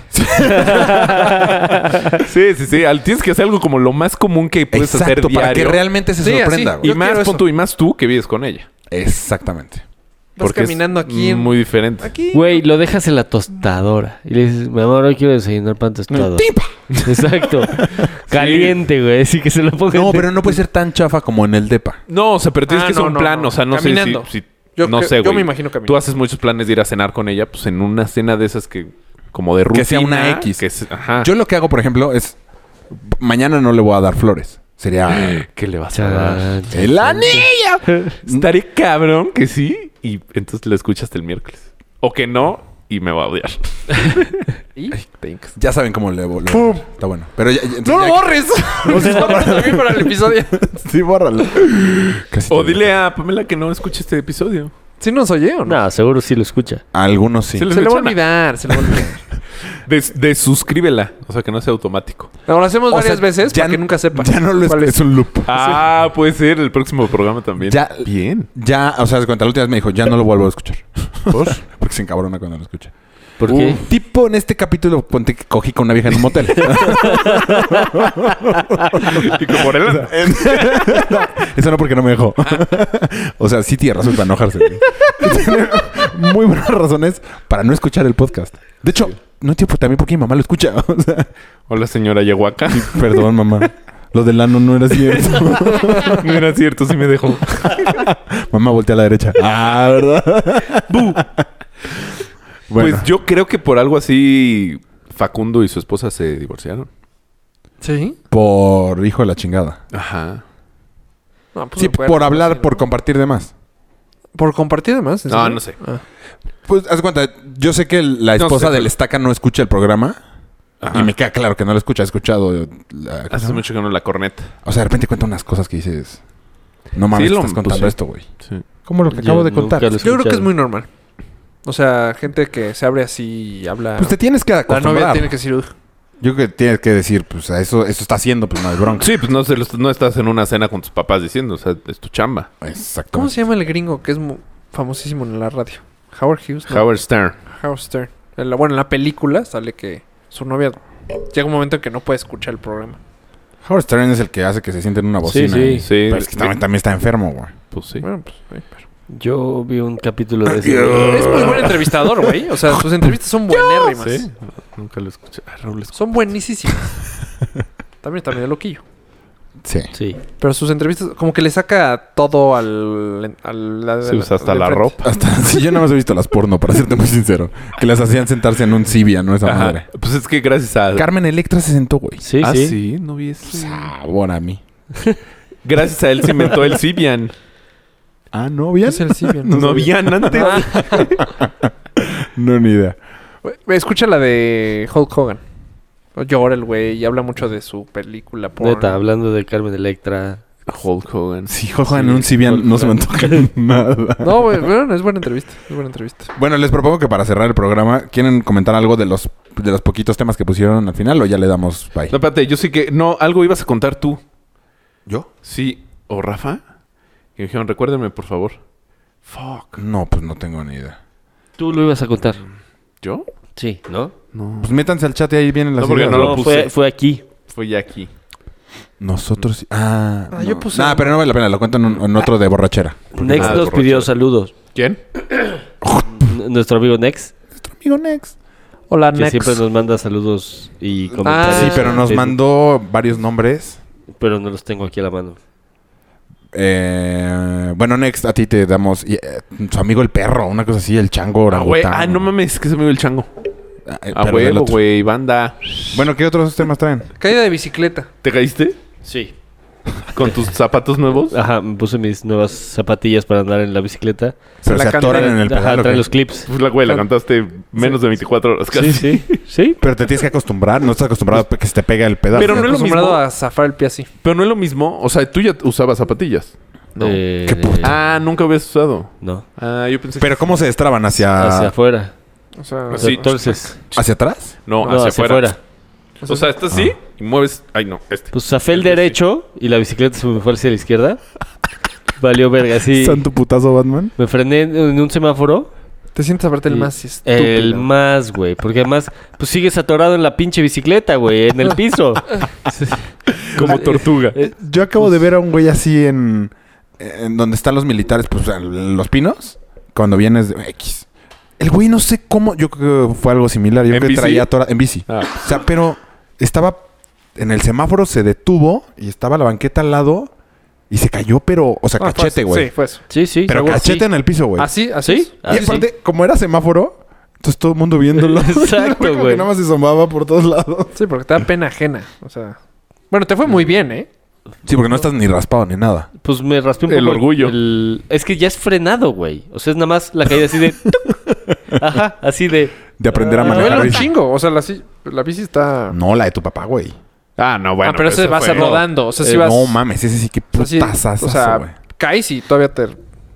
Sí, sí, sí. Al- Tienes que hacer algo como lo más común que puedes hacer Exacto, diario. para que realmente se Sí, así. sorprenda, güey. y Yo más quiero eso. pon tú, y más tú que vives con ella. Exactamente. Vas es caminando aquí. en- Muy diferente. Aquí. Güey, lo dejas en la tostadora. Y le dices, mi amor, hoy quiero desayunar pan tostado. Exacto. Caliente, güey. Así que se lo pongan. No, pero no puede ser tan chafa como en el depa. No, o sea, pero tienes Ah, que hacer no, un no, plan. no. O sea, no Caminando. sé si... si- Yo no cre- sé, yo güey. me imagino caminando. Tú haces muchos planes de ir a cenar con ella. Pues en una cena de esas que... Como de rutina. Que sea una X. que se- ajá. Yo lo que hago, por ejemplo, es mañana no le voy a dar flores. Sería ¿Qué le vas a dar? Chan, chan, el chan. anillo. Estaré cabrón que sí. Y entonces la escuchas el miércoles. O que no y me va a odiar. Y- Ya saben cómo le voy. Está bueno. Pero ya, ya- ¡No lo ya- borres! O sea, vamos a subir para el episodio. Sí, bórralo. Casi O te- dile a Pamela que no escuche este episodio. ¿Sí nos oye o no? No, seguro sí lo escucha. Algunos sí. Se les Se le va a mechona. olvidar, se le va a olvidar. Des- desuscríbela. O sea, que no sea automático. No, lo hacemos O sea, varias veces ya para que no- nunca sepa. Ya no lo es. cuál Es un loop. Ah, puede ser el próximo programa también. Ya, Bien. ya, o sea, cuando la última vez me dijo, ya no lo vuelvo a escuchar. ¿Por? Porque se encabrona cuando lo escucha. ¿Por Un qué? tipo en este capítulo, ponte que cogí con una vieja en un motel. Uh, Y como por el- Eso no porque no me dejó. o sea, sí tiene razón para enojarse. güey. Tiene muy buenas razones para no escuchar el podcast. De hecho, no entiendo por- también por qué mi mamá lo escucha. O sea, Hola, señora Yahuaca. perdón, mamá. Lo del ano no era cierto. No era cierto, sí me dejó. mamá, voltea a la derecha. Ah, ¿verdad? bueno, Pues yo creo que por algo así Facundo y su esposa se divorciaron. ¿Sí? por hijo de la chingada. Ajá. No, pues sí, no puede por algo hablar, así, ¿no? por compartir de más. ¿Por compartir además? ¿en No, serio? no sé. Ah. Pues, haz de cuenta, yo sé que el- la No esposa sé, del pero- estaca no escucha el programa. Ajá. Y me queda claro que no lo escucha. He escuchado... eh, la- ¿cómo se Hace llama? mucho que no la corneta. O sea, de repente cuenta unas cosas que dices. No mames, Sí, lo- estás contando pues sí. esto, güey. Sí. Como lo que acabo Yo de nunca contar. lo Yo creo que es escuchado. muy normal. O sea, gente que se abre así y habla. Pues te tienes que la acostumbrar. novia tiene que decir. "Ugh". Yo creo que tienes que decir, pues a eso, eso está haciendo, pues no es bronca. Sí, pues no, se los- no estás en una cena con tus papás diciendo, o sea, es tu chamba. Exacto. ¿Cómo se llama el gringo que es mu- famosísimo en la radio? Howard Hughes. ¿no? Howard Stern. Howard Stern. En la- bueno, en la película sale que su novia llega un momento en que no puede escuchar el programa. Howard Stern es el que hace que se siente en una bocina. sí, y- sí. Pero es que también, también está enfermo, güey. Pues sí. Bueno, pues. ahí, pero- Yo vi un capítulo de ese. Es muy buen entrevistador, güey. O sea, sus entrevistas son buenérrimas. Sí. Nunca lo escuché. Ah, Raúl, escu- Son buenísimas. También está medio loquillo. Sí. Sí. Pero sus entrevistas, como que le saca todo al. al, al- Se usa hasta al de la frente. ropa. Hasta sí, yo no más he visto las porno, para serte muy sincero. Que las hacían sentarse en un Cibia, ¿no? Esa madre. Ajá. Pues es que gracias a... Carmen Electra se sentó, güey. Sí, ah, sí. sí, no vi eso. Sabor a mí. Gracias a él se inventó el Sibian. Ah, ¿no bien? Es el Sibian. No habían antes. No, ni idea. Ah, Güey, Escucha la de Hulk Hogan. Llora el güey y habla mucho de su película. porno. Neta, hablando de Carmen Electra. Hulk Hogan. Sí, Jorge, en un Cibian no se me antoja nada. No, güey, bueno, es buena entrevista. Es buena entrevista. Bueno, les propongo que para cerrar el programa, ¿quieren comentar algo de los de los poquitos temas que pusieron al final o ya le damos bye? No, espérate, yo sí que. No, algo ibas a contar tú. ¿Yo? Sí, o Rafa. Y me dijeron, recuérdenme, por favor. Fuck. No, pues no tengo ni idea. Tú lo ibas a contar. ¿Yo? Mm. Sí, ¿no? No. Pues métanse al chat y ahí vienen las No, porque ideas. no lo puse. fue, fue aquí. Fue ya aquí. Nosotros... Ah, Ah, yo no. puse- Nah, pero no vale la pena. Lo cuento en, un- en otro de borrachera. Next nada, nos borracho. pidió saludos. ¿Quién? N- Nuestro amigo Next, Nuestro amigo Nex. Hola, que Nex. siempre nos manda saludos y Ah, comentarios. sí, pero nos Sí, mandó varios nombres. Pero no los tengo aquí a la mano. Eh, bueno, Next, a ti te damos... y, eh, su amigo el perro, una cosa así, el chango Ah, güey. orangután. Ah, no mames, que se me dio el chango. Ah, eh, Ah, pero del huevo, otro. güey, banda. Bueno, ¿qué otros temas traen? Caída de bicicleta. ¿Te caíste? Sí. ¿Con tus zapatos nuevos? Ajá, me puse mis nuevas zapatillas para andar en la bicicleta. Pero la se atoran cantidad- en el Ajá, pedal, ¿o trae qué? los clips. Pues la güey, la cantaste menos de 24 horas casi. Sí, sí. Sí. Pero te tienes que acostumbrar. No estás acostumbrado a que se te pega el pedal. Pero Estoy no es lo acostumbrado mismo. a zafar el pie así. Pero no es lo mismo. O sea, tú ya usabas zapatillas. No. Eh, Qué puto. Ah, nunca habías usado. No. Ah, yo pensé que... Pero ¿cómo se destraban? Hacia ¿Hacia, afuera. O sea, Sí. Entonces, ¿hacia atrás? No, no, hacia, afuera. afuera. O sea, estás así y mueves... Ay, no, este. Pues zafé el derecho y la bicicleta se me fue hacia la izquierda. Valió verga, sí. Santo putazo, Batman. Me frené en- en un semáforo. te sientes a verte el Sí. más estúpido. El más, güey. Porque además, pues sigues atorado en la pinche bicicleta, güey. En el piso. Como tortuga. Eh, Yo acabo pues- de ver a un güey así en, en donde están los militares, pues en los pinos, cuando vienes de X. El güey no sé cómo, yo creo que fue algo similar, yo ¿En creo que bici? traía tora en bici. Ah. O sea, pero estaba en el semáforo, se detuvo y estaba la banqueta al lado y se cayó, pero, o sea, Ah, fue cachete, así. güey. Sí, Ah, fue eso. Sí, sí. Pero algo así. cachete en el piso, güey. Así, así. ¿Sí? Y así. aparte, como era semáforo, entonces todo el mundo viéndolo. Exacto, Como que güey. Nada más se asomaba por todos lados. Sí, porque te da pena ajena. O sea. Bueno, te fue muy bien, ¿eh? Sí, porque no estás ni raspado ni nada. Pues me raspé un El poco. orgullo. el- Es que ya es frenado, güey. O sea, es nada más la caída así de. ¡tuc! Ajá, así de. De aprender a Me duele manejar un bici. Ah, chingo. O sea, la, si- la bici está. No, la de tu papá, güey. Ah, no, bueno. ah, pero ese eso vas fue- rodando. O sea, si Eh, vas. No mames, ese sí que o sea, pues sí, putazazazo, O sea, güey. caes y todavía te.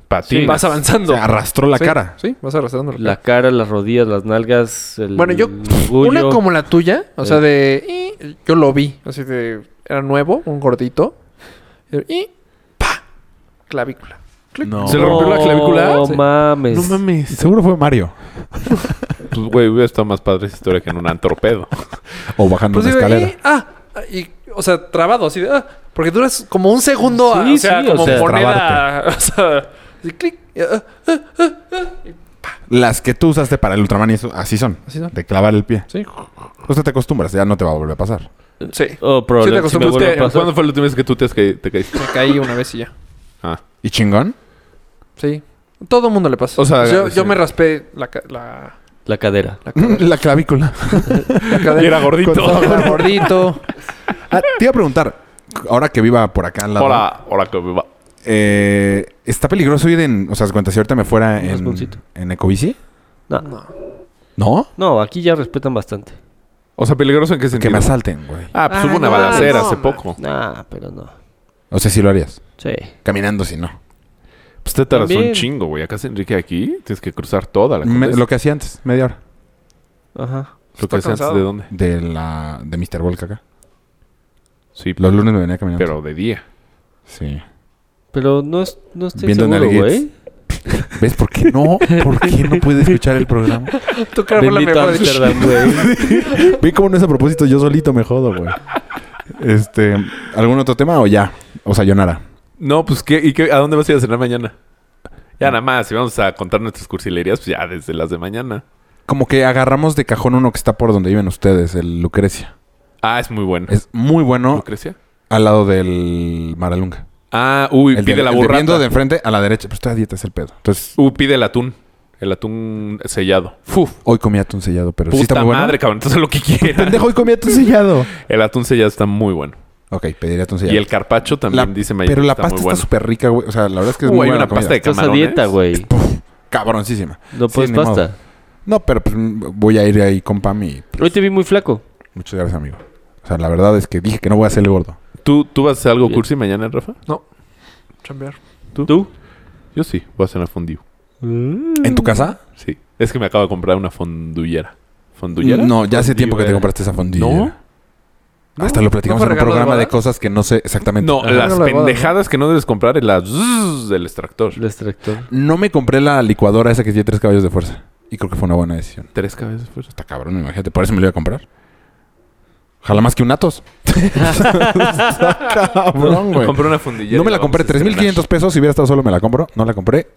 Patinas. Vas avanzando. Se arrastró la Sí, cara. Sí, vas arrastrando La cara, las rodillas, las nalgas. El Bueno, yo- orgullo. Una como la tuya, o sea, Eh. de... "Ih", Yo lo vi, así de... Era nuevo, un gordito. Y... ¡Pa! Clavícula. Clic. No. ¿Se le rompió la clavícula? No Sí. mames. No mames. Seguro fue Mario. Pues, güey, hubiera estado más padre esa historia que en un antropedo. O bajando Pues una digo, escalera. "Ih, ah, ah", y, o sea, trabado, así de... "Ah", porque duras como un segundo, ah, Sí, o sea, sí, o como sea, moneda... O sea, así, clic. y, ah, ah, ah, ah, y Las que tú usaste para el Ultraman y eso, así son. Así son. De clavar el pie. Sí. O sea, te acostumbras, ya no te va a volver a pasar. Sí. Oh, probablemente si me acostumbras, vuelve a ¿Usted- pasar. ¿Cuándo fue la última vez que tú te, has ca- te caíste? Me caí una vez y ya. Ah. ¿Y chingón? Sí. Todo el mundo le pasa. O sea, yo, sí. yo me raspé la, ca- la, La cadera. la cadera. la clavícula. La cadera. Y era gordito. Cuando estaba gordito. Ah, te iba a preguntar, ahora que viva por acá al lado, Ahora, ahora que me va. eh, ¿está peligroso ir en. O sea, haz cuenta si ahorita me fuera Un rasponcito. en, en Ecobici? No. No. ¿No? No, aquí ya respetan bastante. O sea, peligroso en qué Que sentido. me asalten, güey. Ah, pues Ah, hubo una no, balacera no, hace man. poco. Nah, Ah, pero no. O sea, si lo harías. Sí. Caminando, si no. Pues te tardas un También. chingo, güey. Acá se Enrique aquí tienes que cruzar toda la Me- Condesa. lo que hacía antes, media hora. Ajá. Lo Está que hacía antes cansado. de dónde. De la. De Mr. Volk acá. Sí, Los lunes me venía caminando. pero de día. Sí. Pero no, es, no estoy Viendo seguro, nalguitas. güey. ¿Ves por qué no? ¿Por qué no puede escuchar el programa? Tu cara fue la Bendito mejor. Amsterdam, güey. Vi cómo no es a propósito, yo solito me jodo, güey. Este, ¿algún otro tema o ya? O sayonara. No, pues ¿qué, ¿y qué, a dónde vas a ir a cenar mañana? Ya nada más, si vamos a contar nuestras cursilerías, pues ya desde las de mañana. Como que agarramos de cajón uno que está por donde viven ustedes, el Lucrecia. Ah, es muy bueno. Es muy bueno ¿Lucrecia? al lado del Maralunga. Ah, uy, El pide de- la el de burrata. viendo de enfrente a la derecha. Pues toda dieta es el pedo. Entonces, Uy, pide el atún. El atún sellado. Fuf. hoy comí atún sellado, pero sí Puta está muy bueno. madre, cabrón. Entonces lo que quieras. Pendejo, hoy comí atún sellado. El atún sellado está muy bueno. ok, pediré atún Y sellado. el carpacho también La- dice Pero la está muy pasta está bueno. súper rica, güey. O sea, la verdad es que es Uy, muy hay buena una comida. pasta de Estás a camarones. dieta, güey. Cabroncísima. No Sí, puedes ni pasta. No, pero pues, voy a ir ahí con Pam y Hoy te vi muy flaco. Muchas gracias, amigo. O sea, la verdad es que dije que no voy a ser el gordo. ¿Tú, ¿Tú vas a hacer algo Bien. cursi mañana, Rafa? Chambear. ¿Tú? ¿Tú? Yo sí, voy a cenar fondue. ¿En tu casa? Sí. Es que me acabo de comprar una fondullera. ¿Fondullera? No, ya hace tiempo que te Fondullera. compraste esa fondilla. ¿No? No, Hasta lo platicamos ¿no en fue un regalo de programa de, boda? cosas que no sé exactamente. No, Ajá. las Regalo de boda, pendejadas que no debes comprar es la zzzz del extractor. El extractor. No me compré la licuadora esa que tiene tres caballos de fuerza. Y creo que fue una buena decisión. Tres cabezas fuerza. Está cabrón, imagínate. Por eso me lo iba a comprar. Ojalá más que un Atos. Está cabrón, güey. Compré una fundillera. No me y la vamos compré. a estrenar. 3.500 pesos. Si hubiera estado solo, me la compro. No la compré.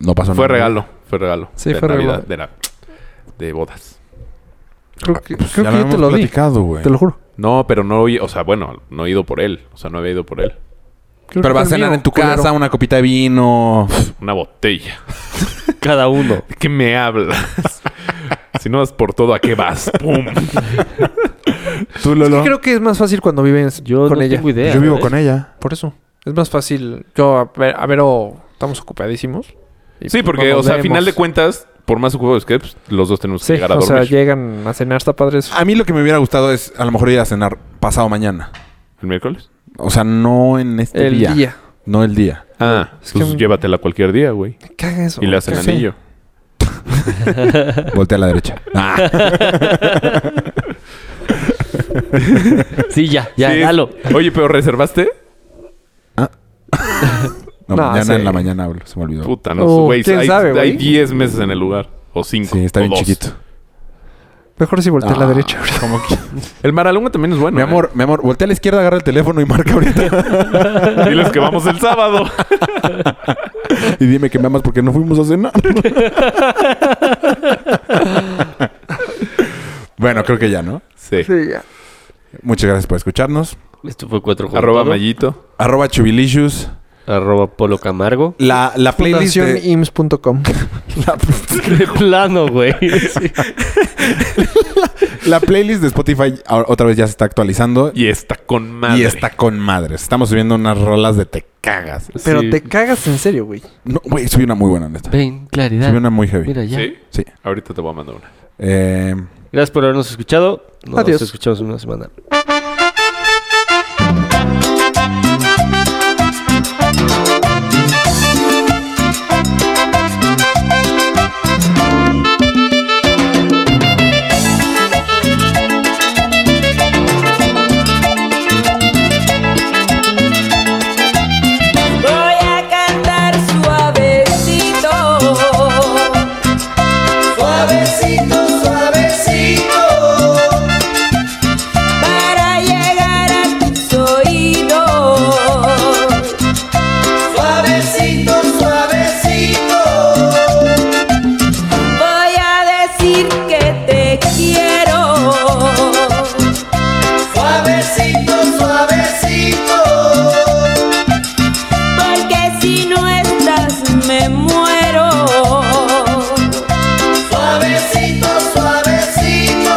No pasó nada. Fue regalo, fue regalo. Sí, De fue regalo. Navidad, De, la- de bodas. Creo que, Pues creo ya que lo yo te hemos lo di. platicado, güey. Te lo juro. No, pero no, oí- o sea, bueno, no he ido por él. O sea, no había ido por él. Creo que Pero vas a fue el cenar mío, en tu culero. casa, una copita de vino. Una botella. Cada uno. ¿De qué me hablas? si no vas por todo, ¿a qué vas? ¡Pum! Tú, Es que creo que es más fácil cuando vives Yo con no ella. tengo idea. ¿eh? Yo vivo ¿sabes? con ella. Por eso. Es más fácil. Yo, a ver, a Vero, estamos ocupadísimos. Y Sí, pues porque, no o nos sea, a vemos. final de cuentas, por más ocupados que pues, los dos tenemos que Sí, llegar a o sea, dormir. llegan a cenar, está padre eso. A mí lo que me hubiera gustado es a lo mejor ir a cenar pasado mañana. ¿El miércoles? O sea, no en este el día. día. No el día. Ah, Es pues que- llévatela cualquier día, güey. Me caga eso. Y le hacen sí. anillo. Voltea a la derecha. Ah. Sí, ya, ya, Sí. dalo. Oye, pero ¿reservaste? No, No, mañana sí. en la mañana hablo. Se me olvidó. Puta, no, Oh, güey. ¿quién hay, sabe, güey? hay 10 meses en el lugar. O 5. sí, está bien chiquito. Mejor si voltea a la Ah, derecha. como que- El Maralunga también es bueno. mi ¿eh? amor, mi amor, voltea a la izquierda, agarra el teléfono y marca ahorita. Diles que vamos el sábado. y dime que me amas porque no fuimos a cenar. bueno, creo que ya, ¿no? Sí. Sí, ya. Muchas gracias por escucharnos. Esto fue cuatro con Arroba todo. Mayito. Arroba Chubilicious. Arroba Polo Camargo. La, la playlist de- Fundacionims.com. la, De plano, güey. Sí. la playlist de Spotify ahora- otra vez ya se está actualizando. Y está con madre. Y está con madres. Estamos subiendo unas rolas de te cagas. Pero Sí. te cagas en serio, güey. No, güey, subí una muy buena, neta. Ven, claridad. Subí una muy heavy. Mira ya. ¿Sí? Sí. Ahorita te voy a mandar una. Eh, Gracias por habernos escuchado. Nos Adiós. escuchamos en una semana. Voy a cantar suavecito, Suavecito, suavecito, para llegar a tus oídos. suavecito, suavecito, Voy a decir que te quiero, suavecito, suavecito, porque si no estás me muero. suavecito, suavecito,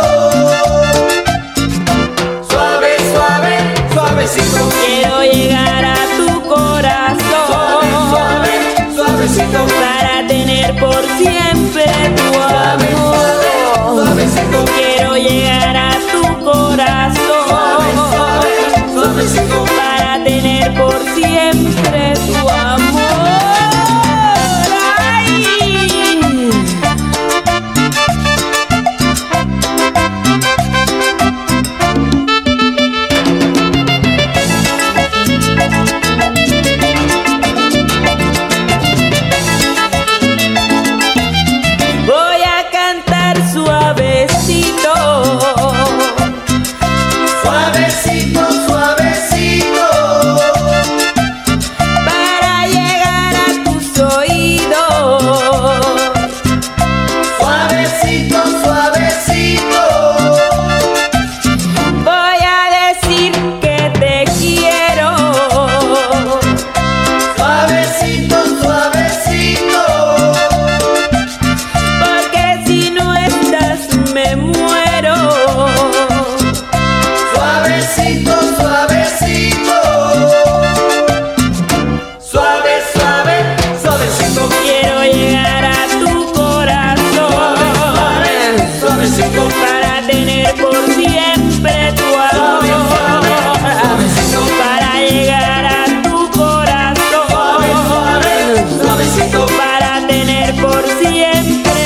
suave, suave, suavecito, Quiero llegar a tu suave, corazón suave, suavecito, para tener por siempre tu suave, suave, amor. suavecito, Quiero llegar a tu suave, suave, corazón suavecito, para tener por siempre tu amor. Ay. Voy a cantar suavecito, suavecito, suavecito. para llegar a tus oídos. Suavecito, suavecito, Voy a decir que te quiero, suavecito, suavecito, porque si no estás me muero. suavecito, suavecito, suave, suave, suavecito, Quiero llegar a tu corazón suavecito, para tener por siempre tu amor. Para llegar a tu corazón suavecito, para tener por siempre